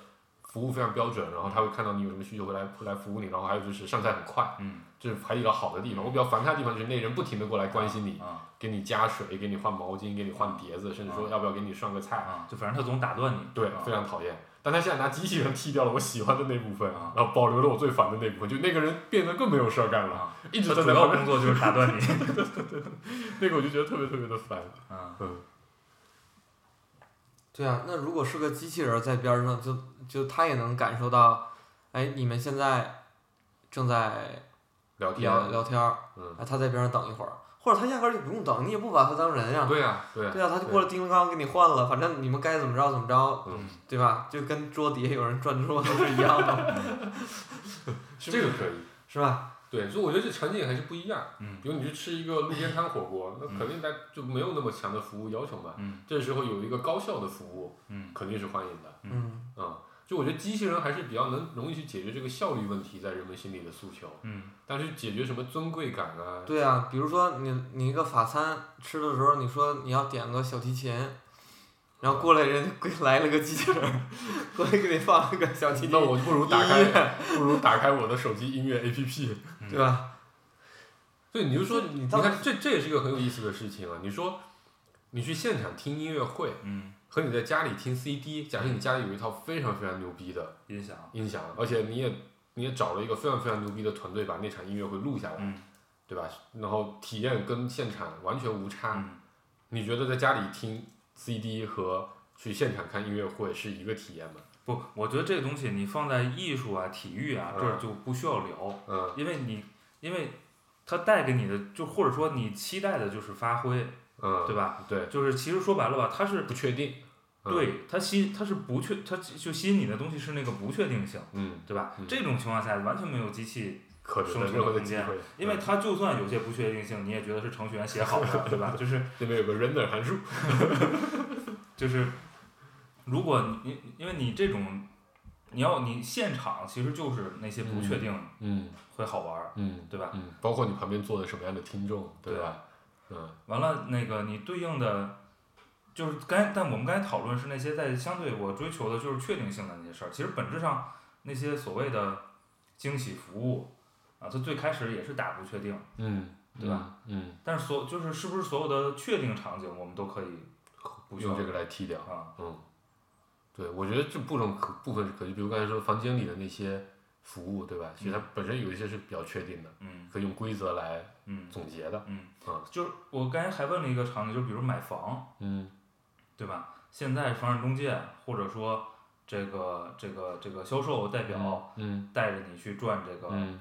D: 服务非常标准，然后他会看到你有什么需求会来会来服务你，然后还有就是上菜很快，
A: 嗯
D: 这是海底捞好的地方。我比较烦他的地方就是那人不停的过来关心你，
A: 啊
D: 给你加水，给你换毛巾，给你换碟子，甚至说要不要给你上个菜，
A: 啊，就反正他总打断你，
D: 对，
A: 啊
D: 非常讨厌。但他现在拿机器人剃掉了我喜欢的那部分
A: 啊，
D: 然后保留了我最烦的那部分，就那个人变得更没有事儿干了，
A: 啊，
D: 一直
A: 他
D: 站
A: 主
D: 在
A: 要
D: 旁边
A: 工，作就是打 断你，
D: 那个我就觉得特别特别的烦。
A: 嗯
D: 嗯，
C: 对啊，那如果是个机器人儿在边儿上，就就他也能感受到，哎，你们现在正在
D: 聊天，
C: 聊聊天儿，
D: 嗯
C: 哎，他在边上等一会儿，或者他压根儿就不用等，你也不把他当人呀。
D: 对呀，对呀，
C: 对啊，他就过来叮铃当给你换了，反正你们该怎么着怎么着，
D: 嗯，
C: 对吧？就跟桌底下有人转桌子是一样的，
D: 这个可以。
C: 是吧？
D: 对，所以我觉得这场景还是不一样。
A: 嗯
D: 比如你去吃一个路边摊火锅，那肯定大家就没有那么强的服务要求嘛。
A: 嗯
D: 这时候有一个高效的服务，
A: 嗯
D: 肯定是欢迎的。
C: 嗯，
D: 嗯，就我觉得机器人还是比较能容易去解决这个效率问题在人们心里的诉求，
A: 嗯
D: 但是解决什么尊贵感啊，
C: 对啊，比如说你你一个法餐吃的时候，你说你要点个小提琴，然后过来人给来了个机器人儿，过来给你放了个小提琴
D: 那我不如打
C: 音
D: 开，
C: 乐，
D: 不如打开我的手机音乐 APP。
C: 对吧？
D: 对，你就说你你
C: 当
D: 看这这也是个很有意思的事情啊。你说你去现场听音乐会
A: 嗯，
D: 和你在家里听 CD，假设你家里有一套非常非常牛逼的
A: 音响，
D: 音响，而且你也你也找了一个非常非常牛逼的团队把那场音乐会录下来，
A: 嗯
D: 对吧？然后体验跟现场完全无差。
A: 嗯
D: 你觉得在家里听 CD 和去现场看音乐会是一个体验吗？
A: 不，我觉得这个东西你放在艺术啊、体育啊
D: 嗯
A: 这儿就不需要聊，
D: 嗯
A: 因为你因为它带给你的，就或者说你期待的就是发挥，
D: 嗯，
A: 对吧？
D: 对，
A: 就是其实说白了吧，它是
D: 不确定，嗯，
A: 对它吸它是不确，它就吸引你的东西是那个不确定性，
D: 嗯，
A: 对吧
D: 嗯？
A: 这种情况下完全没有机器，
D: 可能
A: 生
D: 的
A: 存
D: 任何的
A: 空
D: 机
A: 间
D: 会，
A: 因为
D: 嗯
A: 它就算有些不确定性，你也觉得是程序员写好 的，对吧？就是
D: 嗯那边有个 render 函数，
A: 就是，如果你因为你这种，你要你现场其实就是那些不确定
D: 嗯
A: 会好玩儿，
D: 嗯
A: 对吧？
D: 嗯，包括你旁边坐的什么样的听众，
A: 对
D: 吧？嗯
A: 完了，那个你对应的，就是刚才，但我们刚才讨论是那些在相对我追求的就是确定性的那些事儿。其实本质上那些所谓的惊喜服务啊，它最开始也是打不确定，
D: 嗯，
A: 对吧？
D: 嗯，
A: 但是所就是是不是所有的确定场景我们都可以不需要
D: 用这个来替掉，
A: 啊？
D: 嗯，对，我觉得这部分可部分是可以，比如刚才说房间里的那些服务，对吧？其实它本身有一些是比较确定的，
A: 嗯
D: 可以用规则来
A: 嗯
D: 总结的，
A: 嗯
D: 啊，
A: 就是我刚才还问了一个场景，就比如买房。
D: 嗯
A: 对吧？现在房产中介或者说这个这个这个销售代表
D: 嗯
A: 带着你去转这个，
D: 嗯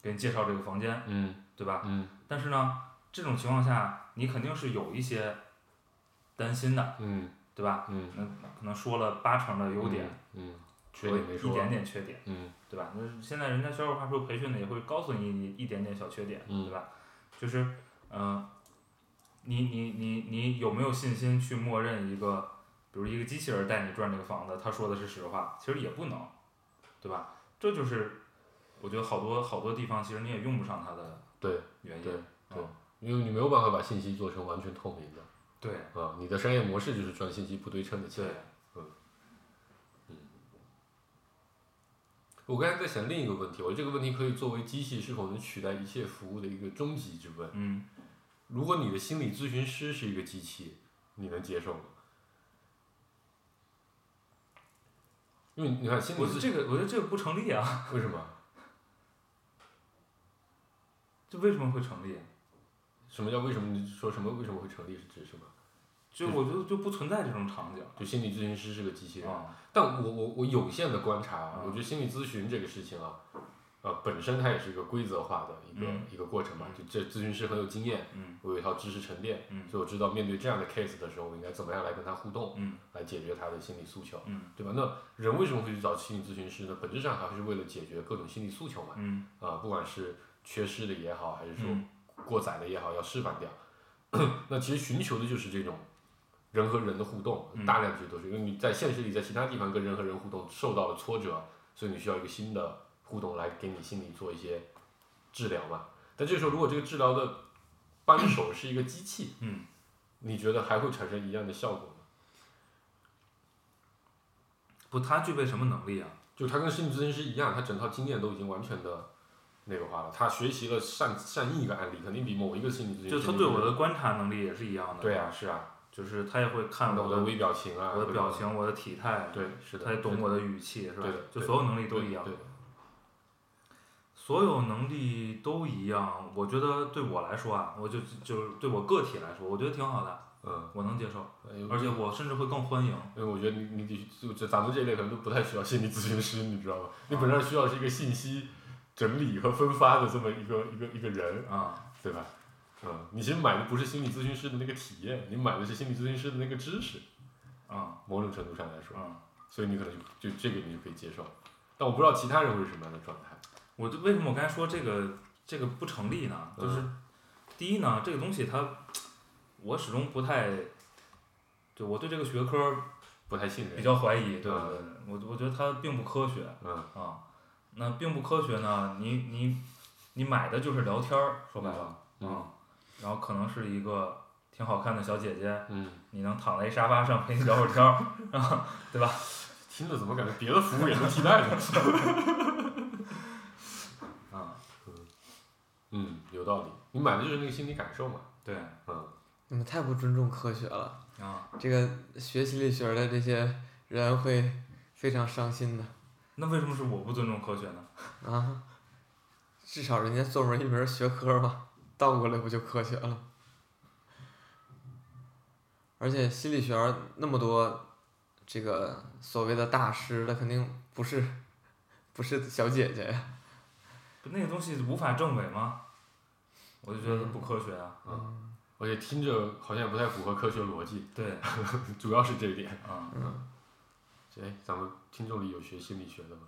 A: 给你介绍这个房间，
D: 嗯
A: 对吧？
D: 嗯
A: 但是呢，这种情况下你肯定是有一些担心的，
D: 嗯
A: 对吧？
D: 嗯，
A: 那可能说了八成的优点，
D: 嗯，缺
A: 说
D: 点没
A: 一
D: 说，
A: 点点缺点，
D: 嗯
A: 对吧？那现在人家销售话术培训的也会告诉你一点点小缺点，
D: 嗯
A: 对吧？就是，嗯、你你你你有没有信心去默认一个，比如一个机器人带你转这个房子，他说的是实话，其实也不能，对吧？这就是我觉得好多好多地方其实你也用不上它的
D: 对
A: 原因
D: 对，对
A: 嗯，
D: 因为你没有办法把信息做成完全透明的。
A: 对
D: 啊，你的商业模式就是赚信息不对称的钱
A: 对。，
D: 我刚才在想另一个问题，我这个问题可以作为机器是否能取代一切服务的一个终极之问。
A: 嗯
D: 如果你的心理咨询师是一个机器，你能接受吗？因为你看心理
A: 我
D: 咨
A: 这个我觉得这个不成立啊，
D: 为什么？
A: 这为什么会成立？啊
D: 什么叫为什么？你说什么为什么会成立是指什么？
A: 就我觉得就不存在这种场景
D: 就心理咨询师是个机器人，
A: 啊，
D: 但我我我有限的观察啊，
A: 嗯
D: 我觉得心理咨询这个事情啊，呃，本身它也是一个规则化的一个、
A: 嗯
D: 一个过程嘛。就这咨询师很有经验，
A: 嗯
D: 我有一套知识沉淀，
A: 嗯
D: 所以我知道面对这样的 case 的时候，我应该怎么样来跟他互动，
A: 嗯
D: 来解决他的心理诉求，
A: 嗯
D: 对吧？那人为什么会去找心理咨询师呢？本质上还是为了解决各种心理诉求嘛。
A: 嗯
D: 啊、不管是缺失的也好，还是说
A: 嗯
D: 过载的也好，要释放掉。 那其实寻求的就是这种人和人的互动，
A: 嗯
D: 大量其实都是因为你在现实里，在其他地方跟人和人互动受到了挫折，所以你需要一个新的互动来给你心理做一些治疗嘛。但这时候，如果这个治疗的扳手是一个机器，
A: 嗯，
D: 你觉得还会产生一样的效果吗？
A: 不，它具备什么能力啊？
D: 就他跟心理咨询师一样，他整套经验都已经完全的那个化了，他学习了上上亿个案例，肯定比某一个心理咨询师
A: 就他对我的观察能力也是一样的。
D: 对，啊是啊，
A: 就是他也会看
D: 看到
A: 我
D: 我的
A: 的
D: 微表情啊，
A: 我的
D: 对吧
A: 表，情、我的体态，
D: 对，是的，
A: 他也懂我的语气，是吧
D: 对的？
A: 就
D: 对
A: 所有能力
D: 对
A: 都一样
D: 对，，
A: 所有能力都一样。我觉得对我来说啊，我就就是对我个体来说，我觉得挺好的，
D: 嗯，
A: 我能接受，
D: 哎呦
A: 而且我甚至会更欢迎。
D: 因为我觉得你你得就就咱们这一类可能都不太需要心理咨询师，你知道吧？你本质上需要是一个信息整理和分发的这么一个一个一个人，
A: 啊、
D: 对吧？嗯，你其实买的不是心理咨询师的那个体验，你买的是心理咨询师的那个知识，
A: 啊
D: 某种程度上来说，
A: 啊！
D: 所以你可能就就这个你就可以接受，但我不知道其他人会是什么样的状态。
A: 我就为什么我刚才说这个这个不成立
D: 嗯
A: 呢？就是第一呢，这个东西它，我始终不太，就我对这个学科
D: 不太信
A: 比
D: 任，
A: 较怀疑，对吧
D: 嗯？
A: 我我觉得它并不科学
D: 嗯
A: 啊。那并不科学呢，你你你买的就是聊天儿，说白了啊、
D: 嗯
A: 然后可能是一个挺好看的小姐姐，
D: 嗯，
A: 你能躺在一沙发上陪你聊会儿天 儿，
D: 听着怎么感觉别的服务也能替代 呢？
A: 啊，
D: 嗯，有道理，你买的就是那个心理感受嘛，
A: 对，
D: 嗯
C: 你们太不尊重科学了。
A: 啊，
C: 这个学心理学的这些人会非常伤心的
A: 那为什么是我不尊重科学呢？
C: 啊！至少人家作文一门学科嘛，倒过来不就科学了？而且心理学那么多，这个所谓的大师，他肯定不是不是小姐姐呀。
A: 不那个东西无法证伪吗？我就觉得不科学啊，
D: 嗯而且听着好像也不太符合科学逻辑，
A: 对，
D: 主要是这一点。
A: 嗯，
D: 哎，咱们听众里有学心理学的吗？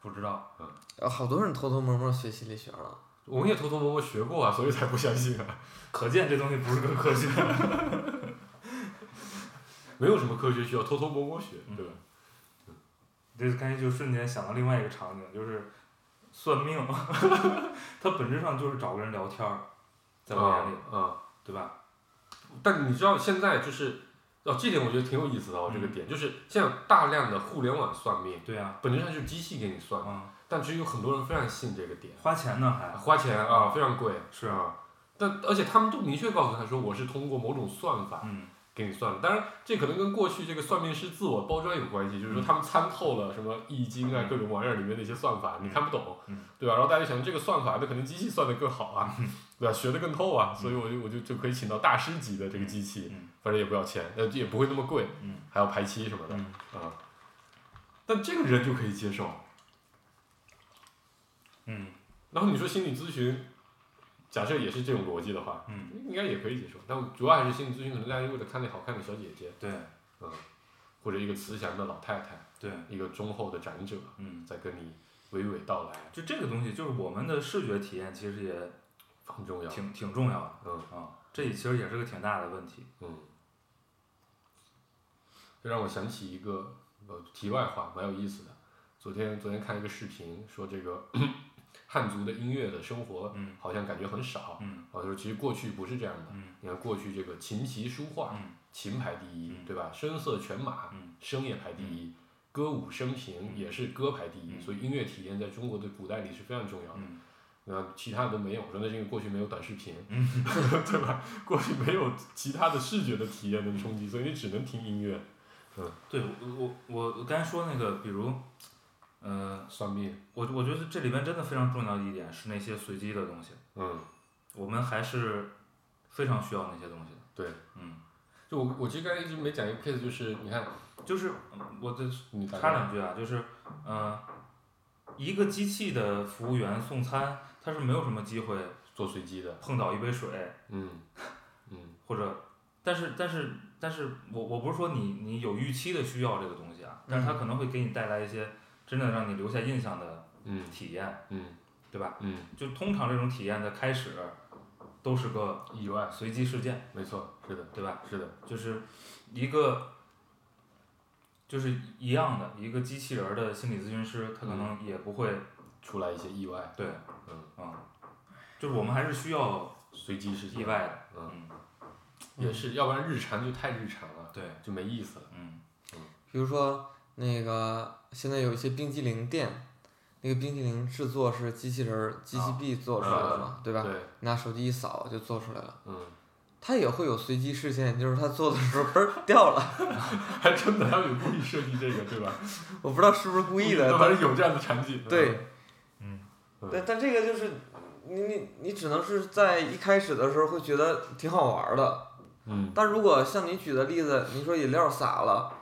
A: 不知道，
C: 呃好多人偷偷摸摸学心理学了。
D: 我们也偷偷摸摸学过啊，所以才不相信 啊。
A: 可见这东西不是个科学。
D: 没有什么科学需要偷偷摸摸学，
A: 嗯
D: 对吧？
A: 这刚才就瞬间想到另外一个场景，就是算命， 它本质上就是找个人聊天儿，在我眼里，
D: 啊啊！
A: 对吧？
D: 但你知道现在就是，哦，这点我觉得挺有意思的哦，这个
A: 嗯
D: 点就是现在大量的互联网算命，
A: 对呀、
D: 本质上就是机器给你算，
A: 嗯，
D: 但其实有很多人非常信这个点，
A: 花钱呢还
D: 花钱啊非常贵，
A: 是
D: 啊。但而且他们都明确告诉他说，我是通过某种算法
A: 嗯，
D: 给你算的。当然，这可能跟过去这个算命师自我包装有关系，就是说他们参透了什么易经啊
A: 嗯
D: 各种玩意儿里面的一些算法，你看不懂
A: 嗯，
D: 对吧？然后大家想这个算法，那肯定机器算的更好啊，对吧？学的更透啊，所以我就我就就可以请到大师级的这个机器
A: 嗯，
D: 反正也不要钱，呃也不会那么贵
A: 嗯，
D: 还要排期什么的
A: 嗯
D: 啊。但这个人就可以接受，
A: 嗯
D: 然后你说心理咨询，假设也是这种逻辑的话，
A: 嗯，
D: 应该也可以接受。但我主要还是心理咨询，可能大家为了看那好看的小姐姐，
A: 对
D: 嗯，或者一个慈祥的老太太，
A: 对，
D: 一个忠厚的长者，
A: 嗯，
D: 在跟你娓娓道来，
A: 就这个东西，就是我们的视觉体验其实也
D: 很重要。
A: 挺挺重要的，
D: 嗯
A: 啊，这其实也是个挺大的问题，
D: 嗯，这让我想起一个呃题外话，蛮有意思的。昨天昨天看一个视频，说这个 汉族的音乐的生活
A: 嗯
D: 好像感觉很少，
A: 嗯
D: 啊，就是其实过去不是这样的。
A: 嗯
D: 你看过去这个琴棋书画，
A: 嗯
D: 琴排第一，
A: 嗯
D: 对吧？声色犬马，
A: 嗯
D: 声也排第一，歌舞升平
A: 嗯
D: 也是歌排第一，
A: 嗯
D: 所以音乐体验在中国的古代里是非常重要的。
A: 嗯
D: 那其他的都没有，我说那是因为过去没有短视频， 对吧？过去没有其他的视觉的体验能冲击，所以你只能听音乐、
A: 对我我我刚才说那个，比如，呃，
D: 算命。
A: 我我觉得这里面真的非常重要的一点是那些随机的东西，
D: 嗯，
A: 我们还是非常需要那些东西的。
D: 对，
A: 嗯，
D: 就我我其实刚才一直没讲一个 case，就是你看
A: 就是嗯我的
D: 你
A: 插两句啊，就是呃，一个机器的服务员送餐，他是没有什么机会
D: 做随机的，
A: 碰倒一杯水，
D: 嗯嗯
A: 或者，但是但是但是我我不是说你你有预期的需要这个东西啊，但是它可能会给你带来一些真的让你留下印象的
D: 嗯
A: 体验，
D: 嗯
A: 对吧？
D: 嗯，
A: 就通常这种体验的开始都是个
D: 意外，
A: 随机事件，
D: 没错，是的，
A: 对吧？
D: 是的，
A: 就是一个就是一样的一个机器人儿的心理咨询师，他可能也不会、
D: 出来一些意外，
A: 对，
D: 嗯
A: 嗯，就是我们还是需要
D: 随机事件，
A: 意外的，
D: 嗯，
A: 嗯，
D: 也是，要不然日常就太日常了，
A: 对，
D: 就没意思了。
A: 嗯
C: 比如说那个现在有一些冰激凌店，那个冰激凌制作是机器人儿机器臂做出来的嘛，啊对吧？
D: 对，
C: 拿手机一扫就做出来了。
D: 嗯，
C: 它也会有随机事件，就是它做的时候嘣儿 掉了，
D: 还真的要有故意设计这个，对吧？
C: 我不知道是不是故 意的，
D: 要不
C: 但
D: 然有这样的场景。
C: 对，
A: 嗯
C: 但但这个就是你你你只能是在一开始的时候会觉得挺好玩儿的，
D: 嗯，
C: 但如果像你举的例子，你说饮料洒了，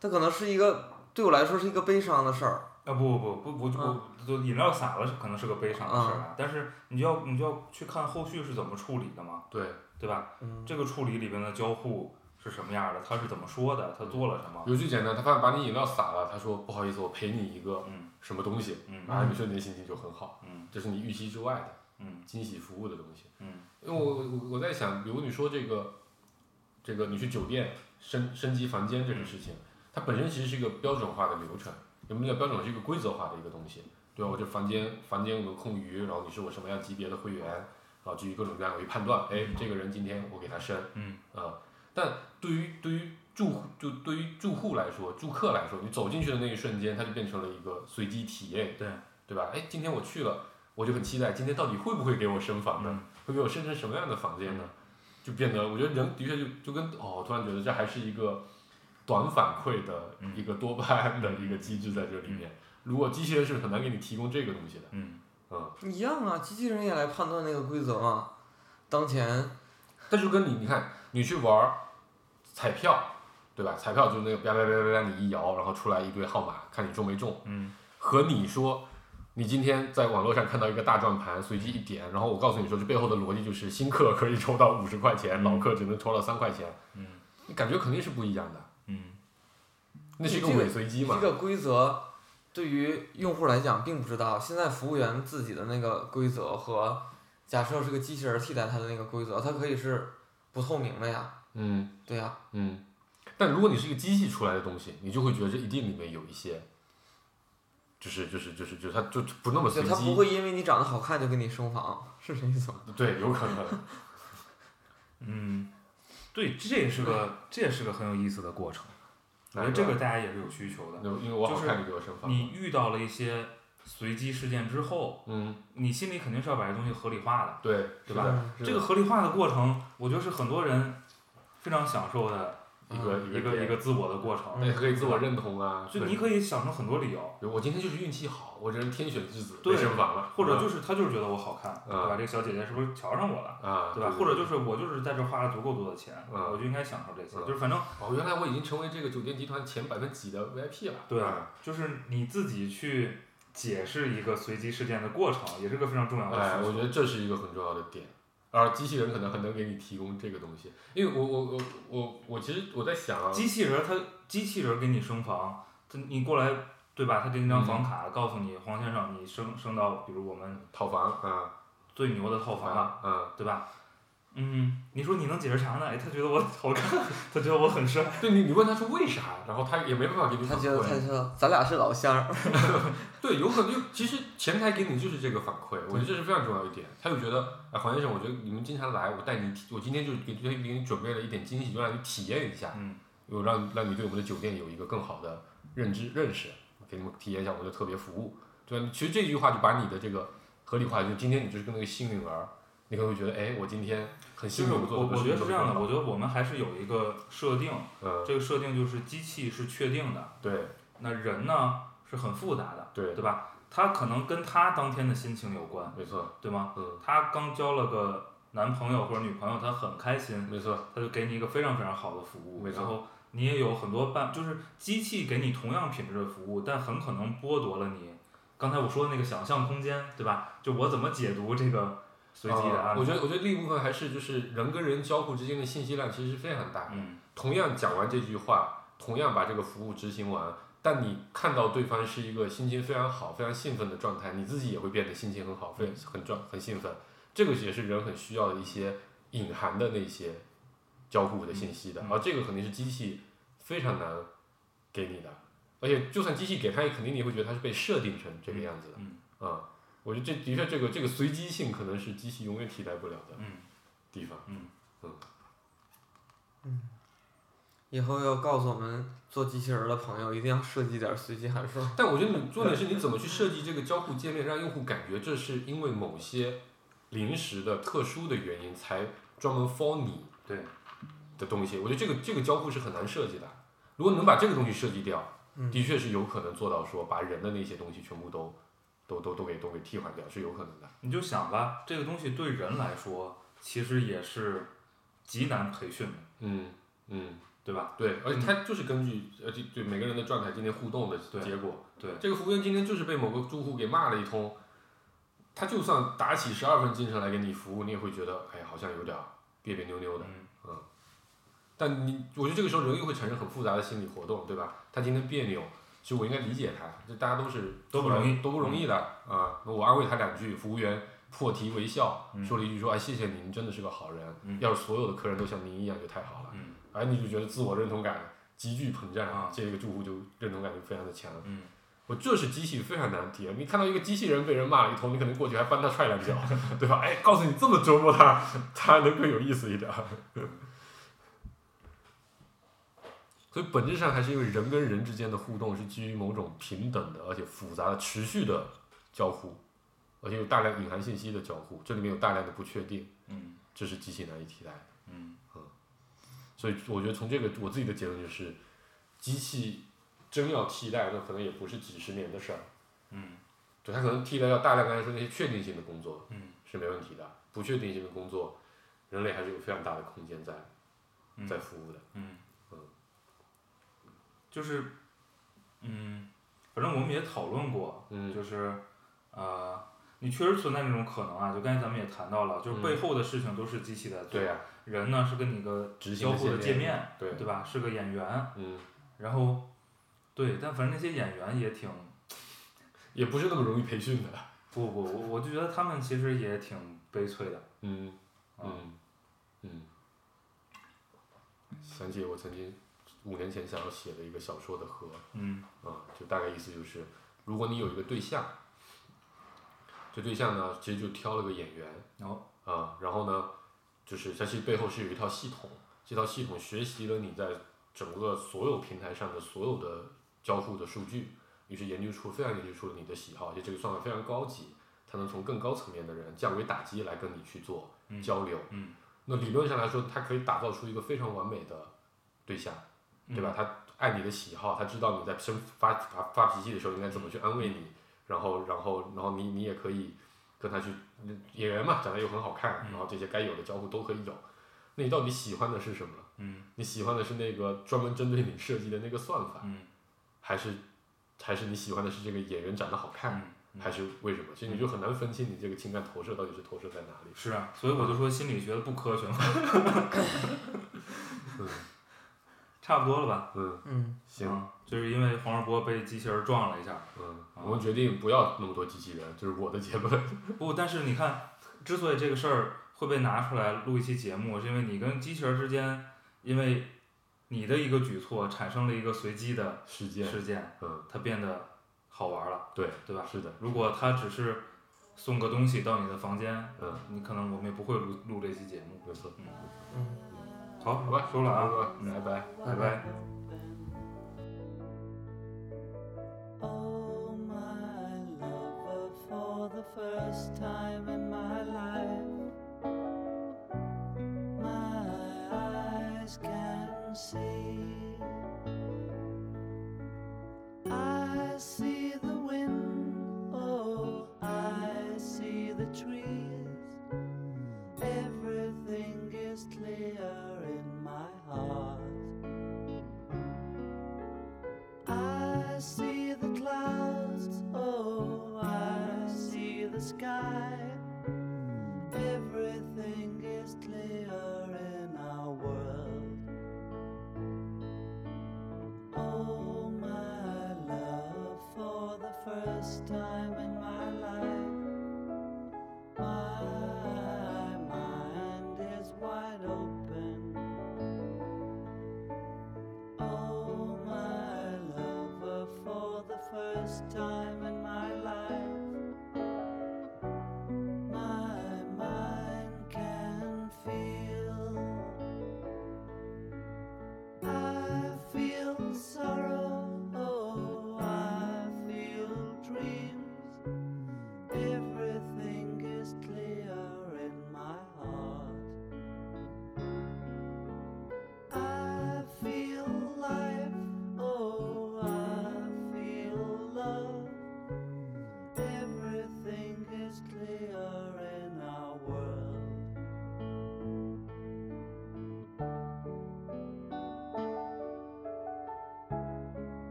C: 它可能是一个对我来说是一个悲伤的事儿，
A: 啊不不不不不不，就饮料洒了是可能是个悲伤的事儿啊，但是你就要你就要去看后续是怎么处理的嘛，
D: 对，
A: 对吧？
C: 嗯，
A: 这个处理里边的交互是什么样的？他是怎么说的？他做了什么？
D: 尤其简单，他发现把你饮料洒了，他说不好意思，我赔你一个
A: 嗯
D: 什么东西，
A: 嗯
D: 然后你瞬间心情就很好，
A: 嗯
D: 这是你预期之外的
A: 嗯
D: 惊喜服务的东西。
A: 嗯
D: 因为我我我在想，比如你说这个，这个你去酒店升升级房间这个事情，它本身其实是一个标准化的流程，也不能叫标准，是一个规则化的一个东西，对吧？我这房间房间有没有空余，然后你是我什么样级别的会员，然后基于各种各样我一判断，哎，这个人今天我给他升，
A: 嗯
D: 啊，但对于对于住户就对于住户来说，住客来说，你走进去的那一瞬间，它就变成了一个随机体验，
A: 对
D: 对吧？哎，今天我去了，我就很期待今天到底会不会给我升房呢？
A: 嗯
D: 会给我升成什么样的房间呢？就变得，我觉得人的确就就跟哦，突然觉得这还是一个短反馈的
A: 嗯
D: 一个多巴胺的一个机制在这里面。如果机器人是很难给你提供这个东西的，
A: 嗯
D: 嗯，
C: 一样啊，机器人也来判断那个规则嘛。当前，
D: 但就跟你你看，你去玩儿彩票，对吧？彩票就是那个叭叭叭叭叭，你一摇，然后出来一堆号码，看你中没中。
A: 嗯
D: 和你说你今天在网络上看到一个大转盘，随机一点，然后我告诉你说，这背后的逻辑就是新客可以抽到五十块钱，老客只能抽到三块钱，
A: 嗯，
D: 你感觉肯定是不一样的，
A: 嗯
D: 那是一个
C: 这个
D: 伪随机嘛
C: 这，个规则对于用户来讲并不知道，现在服务员自己的那个规则和假设是个机器人替代它的那个规则，它可以是不透明的呀，
D: 嗯。
C: 对呀，
D: 嗯，但如果你是一个机器出来的东西，你就会觉得这一定里面有一些，就是就是就是就是它就不那么
C: 就
D: 随
C: 它不
D: 机，
C: 会因为你长得好看就给你升房，是这意思吗？
D: 对，有可能，
A: 嗯，对，这也是个这也是个很有意思的过程。我觉得
D: 难怪
A: 这个大啊家也是有需求的。
D: 那因为我好
A: 就是
D: 看你给我生发，
A: 你遇到了一些随机事件之后，
D: 嗯，
A: 你心里肯定是要把这东西合理化的。
D: 对，
A: 对
D: 是
A: 吧
D: 的是
A: 这个
D: 的
A: 合理化的过程，我觉得是很多人非常享受的
D: 一个
C: 嗯
A: 一个一个自我的过程。
D: 那可以自我认同啊，
A: 就你
D: 对
A: 可以想成很多理由，
D: 比如我今天就是运气好，我这人天选之子，
A: 对
D: 被身房了，
A: 或者
D: 嗯
A: 就是他就是觉得我好看，
D: 嗯
A: 对吧？这个小姐姐是不是瞧上我了？
D: 啊，
A: 嗯对吧？
D: 对
A: 或者就是我就是在这花了足够多的钱，
D: 嗯
A: 我就应该享受这些。
D: 嗯
A: 就是反正
D: 哦，原来我已经成为这个酒店集团前百分之几的 VIP 了，
A: 对
D: 啊，
A: 就是你自己去解释一个随机事件的过程，也啊是个非常重要
D: 哎，
A: 的事
D: 我觉
A: 情。
D: 得这是一个很重要的点，而机器人可能很能给你提供这个东西，因为我我我我我其实我在想啊，
A: 机器人儿它机器人儿给你升房，它你过来对吧？它给你张
D: 嗯
A: 房卡，告诉你黄先生，你升升到比如我们
D: 套房啊，
A: 最牛的套
D: 套
A: 房
D: 房
A: 了，
D: 啊，
A: 对吧？嗯，你说你能解释啥呢？哎，他觉得我好看，他觉得我很帅，
D: 啊对你你问他是为啥，然后他也没办法给你
C: 他
D: 反
C: 觉得他
D: 馈，
C: 说咱俩是老乡儿，
D: 对，有可能就其实前台给你就是这个反馈，我觉得这是非常重要一点，他就觉得哎黄先生，我觉得你们经常来，我带你体，我今天就给给你准备了一点惊喜，就让你体验一下，
A: 嗯，
D: 有让让你对我们的酒店有一个更好的认知认识，给你们体验一下我们的特别服务，对吧？其实这句话就把你的这个合理化，就今天你就是跟那个幸运儿，你可能会觉得，哎，我今天很
A: 就
D: 幸
A: 是
D: 运，
A: 我
D: 做了
A: 我觉得是这样的，
D: 的，
A: 我觉得我们还是有一个设定，
D: 嗯，
A: 这个设定就是机器是确定的，
D: 对
A: 那人呢是很复杂的，
D: 对，
A: 对吧？他可能跟他当天的心情有关，
D: 没错，
A: 对吗？
D: 嗯，
A: 他刚交了个男朋友或者女朋友，他很开心，
D: 没错，
A: 他就给你一个非常非常好的服务，
D: 没错
A: 然后你也有很多办，就是机器给你同样品质的服务，但很可能剥夺了你刚才我说的那个想象空间，对吧？就我怎么解读这个随机的
D: 啊
A: 案
D: 我
A: 例？
D: 觉得我觉得另一部分还是就是人跟人交互之间的信息量其实是非常大的，
A: 嗯，
D: 同样讲完这句话，同样把这个服务执行完，但你看到对方是一个心情非常好、非常兴奋的状态，你自己也会变得心情很好、非很状很兴奋。这个也是人很需要的一些隐含的那些交互的信息的，
A: 嗯嗯
D: 而这个肯定是机器非常难给你的，而且就算机器给他，肯定你会觉得它是被设定成这个样子的。
A: 嗯
D: 啊、我觉得这的确这个这个随机性可能是机器永远替代不了的
A: 嗯
D: 地方。
A: 嗯
C: 以后要告诉我们做机器人儿的朋友一定要设计点儿随机函数。
D: 但我觉得你重点是你怎么去设计这个交互界面，让用户感觉这是因为某些临时的、特殊的原因才专门 for 你
A: 对，
D: 的东西。我觉得这个这个交互是很难设计的。如果能把这个东西设计掉，
C: 嗯
D: 的确是有可能做到说把人的那些东西全部都都都都给都给替换掉，是有可能的。
A: 你就想吧，这个东西对人来说其实也是极难培训的，
D: 嗯嗯，
A: 对吧？
D: 对，而且它就是根据呃就对每个人的状态今天互动的
A: 对
D: 结果。
A: 对
D: 这个服务员今天就是被某个住户给骂了一通，他就算打起十二分精神来给你服务，你也会觉得，哎，好像有点儿别别扭扭的。
A: 嗯
D: 但你，我觉得这个时候人又会产生很复杂的心理活动，对吧？他今天别扭，其实我应该理解他，这大家都是
A: 都不容易嗯
D: 都不容易的啊、那我安慰他两句，服务员破涕为笑，
A: 嗯
D: 说了一句说，哎，谢谢您，真的是个好人。
A: 嗯
D: 要是所有的客人都像您一样，就太好了。
A: 嗯
D: 哎，你就觉得自我认同感急剧膨胀，
A: 啊
D: 这个住户就认同感就非常的强。
A: 嗯，
D: 我这是机器非常难提，你看到一个机器人被人骂了一通，你可能过去还帮他踹两脚，对吧？哎，告诉你这么折磨他，他能更有意思一点。所以本质上还是因为人跟人之间的互动是基于某种平等的，而且复杂的、持续的交互，而且有大量隐含信息的交互，这里面有大量的不确定，
A: 嗯
D: 这是机器难以替代的。
A: 嗯
D: 所以我觉得从这个我自己的结论就是，机器真要替代，那可能也不是几十年的事儿。
A: 嗯
D: 对，它可能替代掉大量刚才说那些确定性的工作
A: 嗯
D: 是没问题的，不确定性的工作，人类还是有非常大的空间在
A: 嗯，
D: 在服务的。
A: 嗯，就是，嗯，反正我们也讨论过，
D: 嗯
A: 就是呃，你确实存在这种可能啊。就刚才咱们也谈到了，就是背后的事情都是机器在做，
D: 嗯对呀、啊
A: 人呢是跟你个
D: 执行
A: 交互的界
D: 面，
A: 面，
D: 对
A: 对吧？是个演员，
D: 嗯，
A: 然后对，但反正那些演员也挺
D: 也不是那么容易培训的，
A: 不不，我我就觉得他们其实也挺悲催的。
D: 嗯
A: 啊
D: 嗯嗯。想起我曾经五年前想要写的一个小说的盒，
A: 嗯
D: 啊，就大概意思就是，如果你有一个对象，这对象呢，其实就挑了个演员，
A: 哦
D: 啊，然后呢，就是它其实背后是有一套系统，这套系统学习了你在整个所有平台上的所有的交互的数据，于是研究出非常研究出了你的喜好，而且这个算法非常高级，它能从更高层面的人降维打击来跟你去做
A: 嗯
D: 交流。
A: 嗯
D: 那理论上来说，它可以打造出一个非常完美的对象，
A: 嗯
D: 对吧？他按你的喜好，他知道你在生发发发脾气的时候应该怎么
A: 嗯
D: 去安慰你，然后然后然后你你也可以跟他去嗯演员嘛，长得又很好看，
A: 嗯
D: 然后这些该有的交互都可以有。那你到底喜欢的是什么？
A: 嗯
D: 你喜欢的是那个专门针对你设计的那个算法，
A: 嗯
D: 还是还是你喜欢的是这个演员长得好看，
A: 嗯，
D: 还是为什么？其实你就很难分清你这个情感投射到底是投射在哪里。
A: 是啊，所以我就说心理学的不科 学嘛。 差不多了吧？
D: 嗯，
C: 嗯，
D: 行，
A: 啊就是因为黄世波被机器人撞了一下，
D: 嗯，
A: 啊
D: 我们决定不要那么多机器人，就是我的结论。
A: 不，但是你看，之所以这个事儿会被拿出来录一期节目，是因为你跟机器人之间，因为你的一个举措产生了一个随机的
D: 事件，
A: 事件，
D: 嗯，
A: 它变得好玩了，
D: 对，
A: 对吧？
D: 是的，
A: 如果它只是送个东西到你的房间，
D: 嗯，
A: 你可能我们也不会录录这期节目。
D: 没错。
C: 嗯。
A: 好，
D: 好吧，
A: 收了啊，
D: 拜拜。
A: 拜拜。
B: Oh, my lover, for the first time in my life, my eyes can see. I see the wind, oh, I see the trees. Everything is clear in my heart. I see the clouds, oh, I see the sky. Everything is clear in our world. Oh, my love, for the first time in my life, my mind is wide open. Oh, my lover, for the first time. oh, Oh,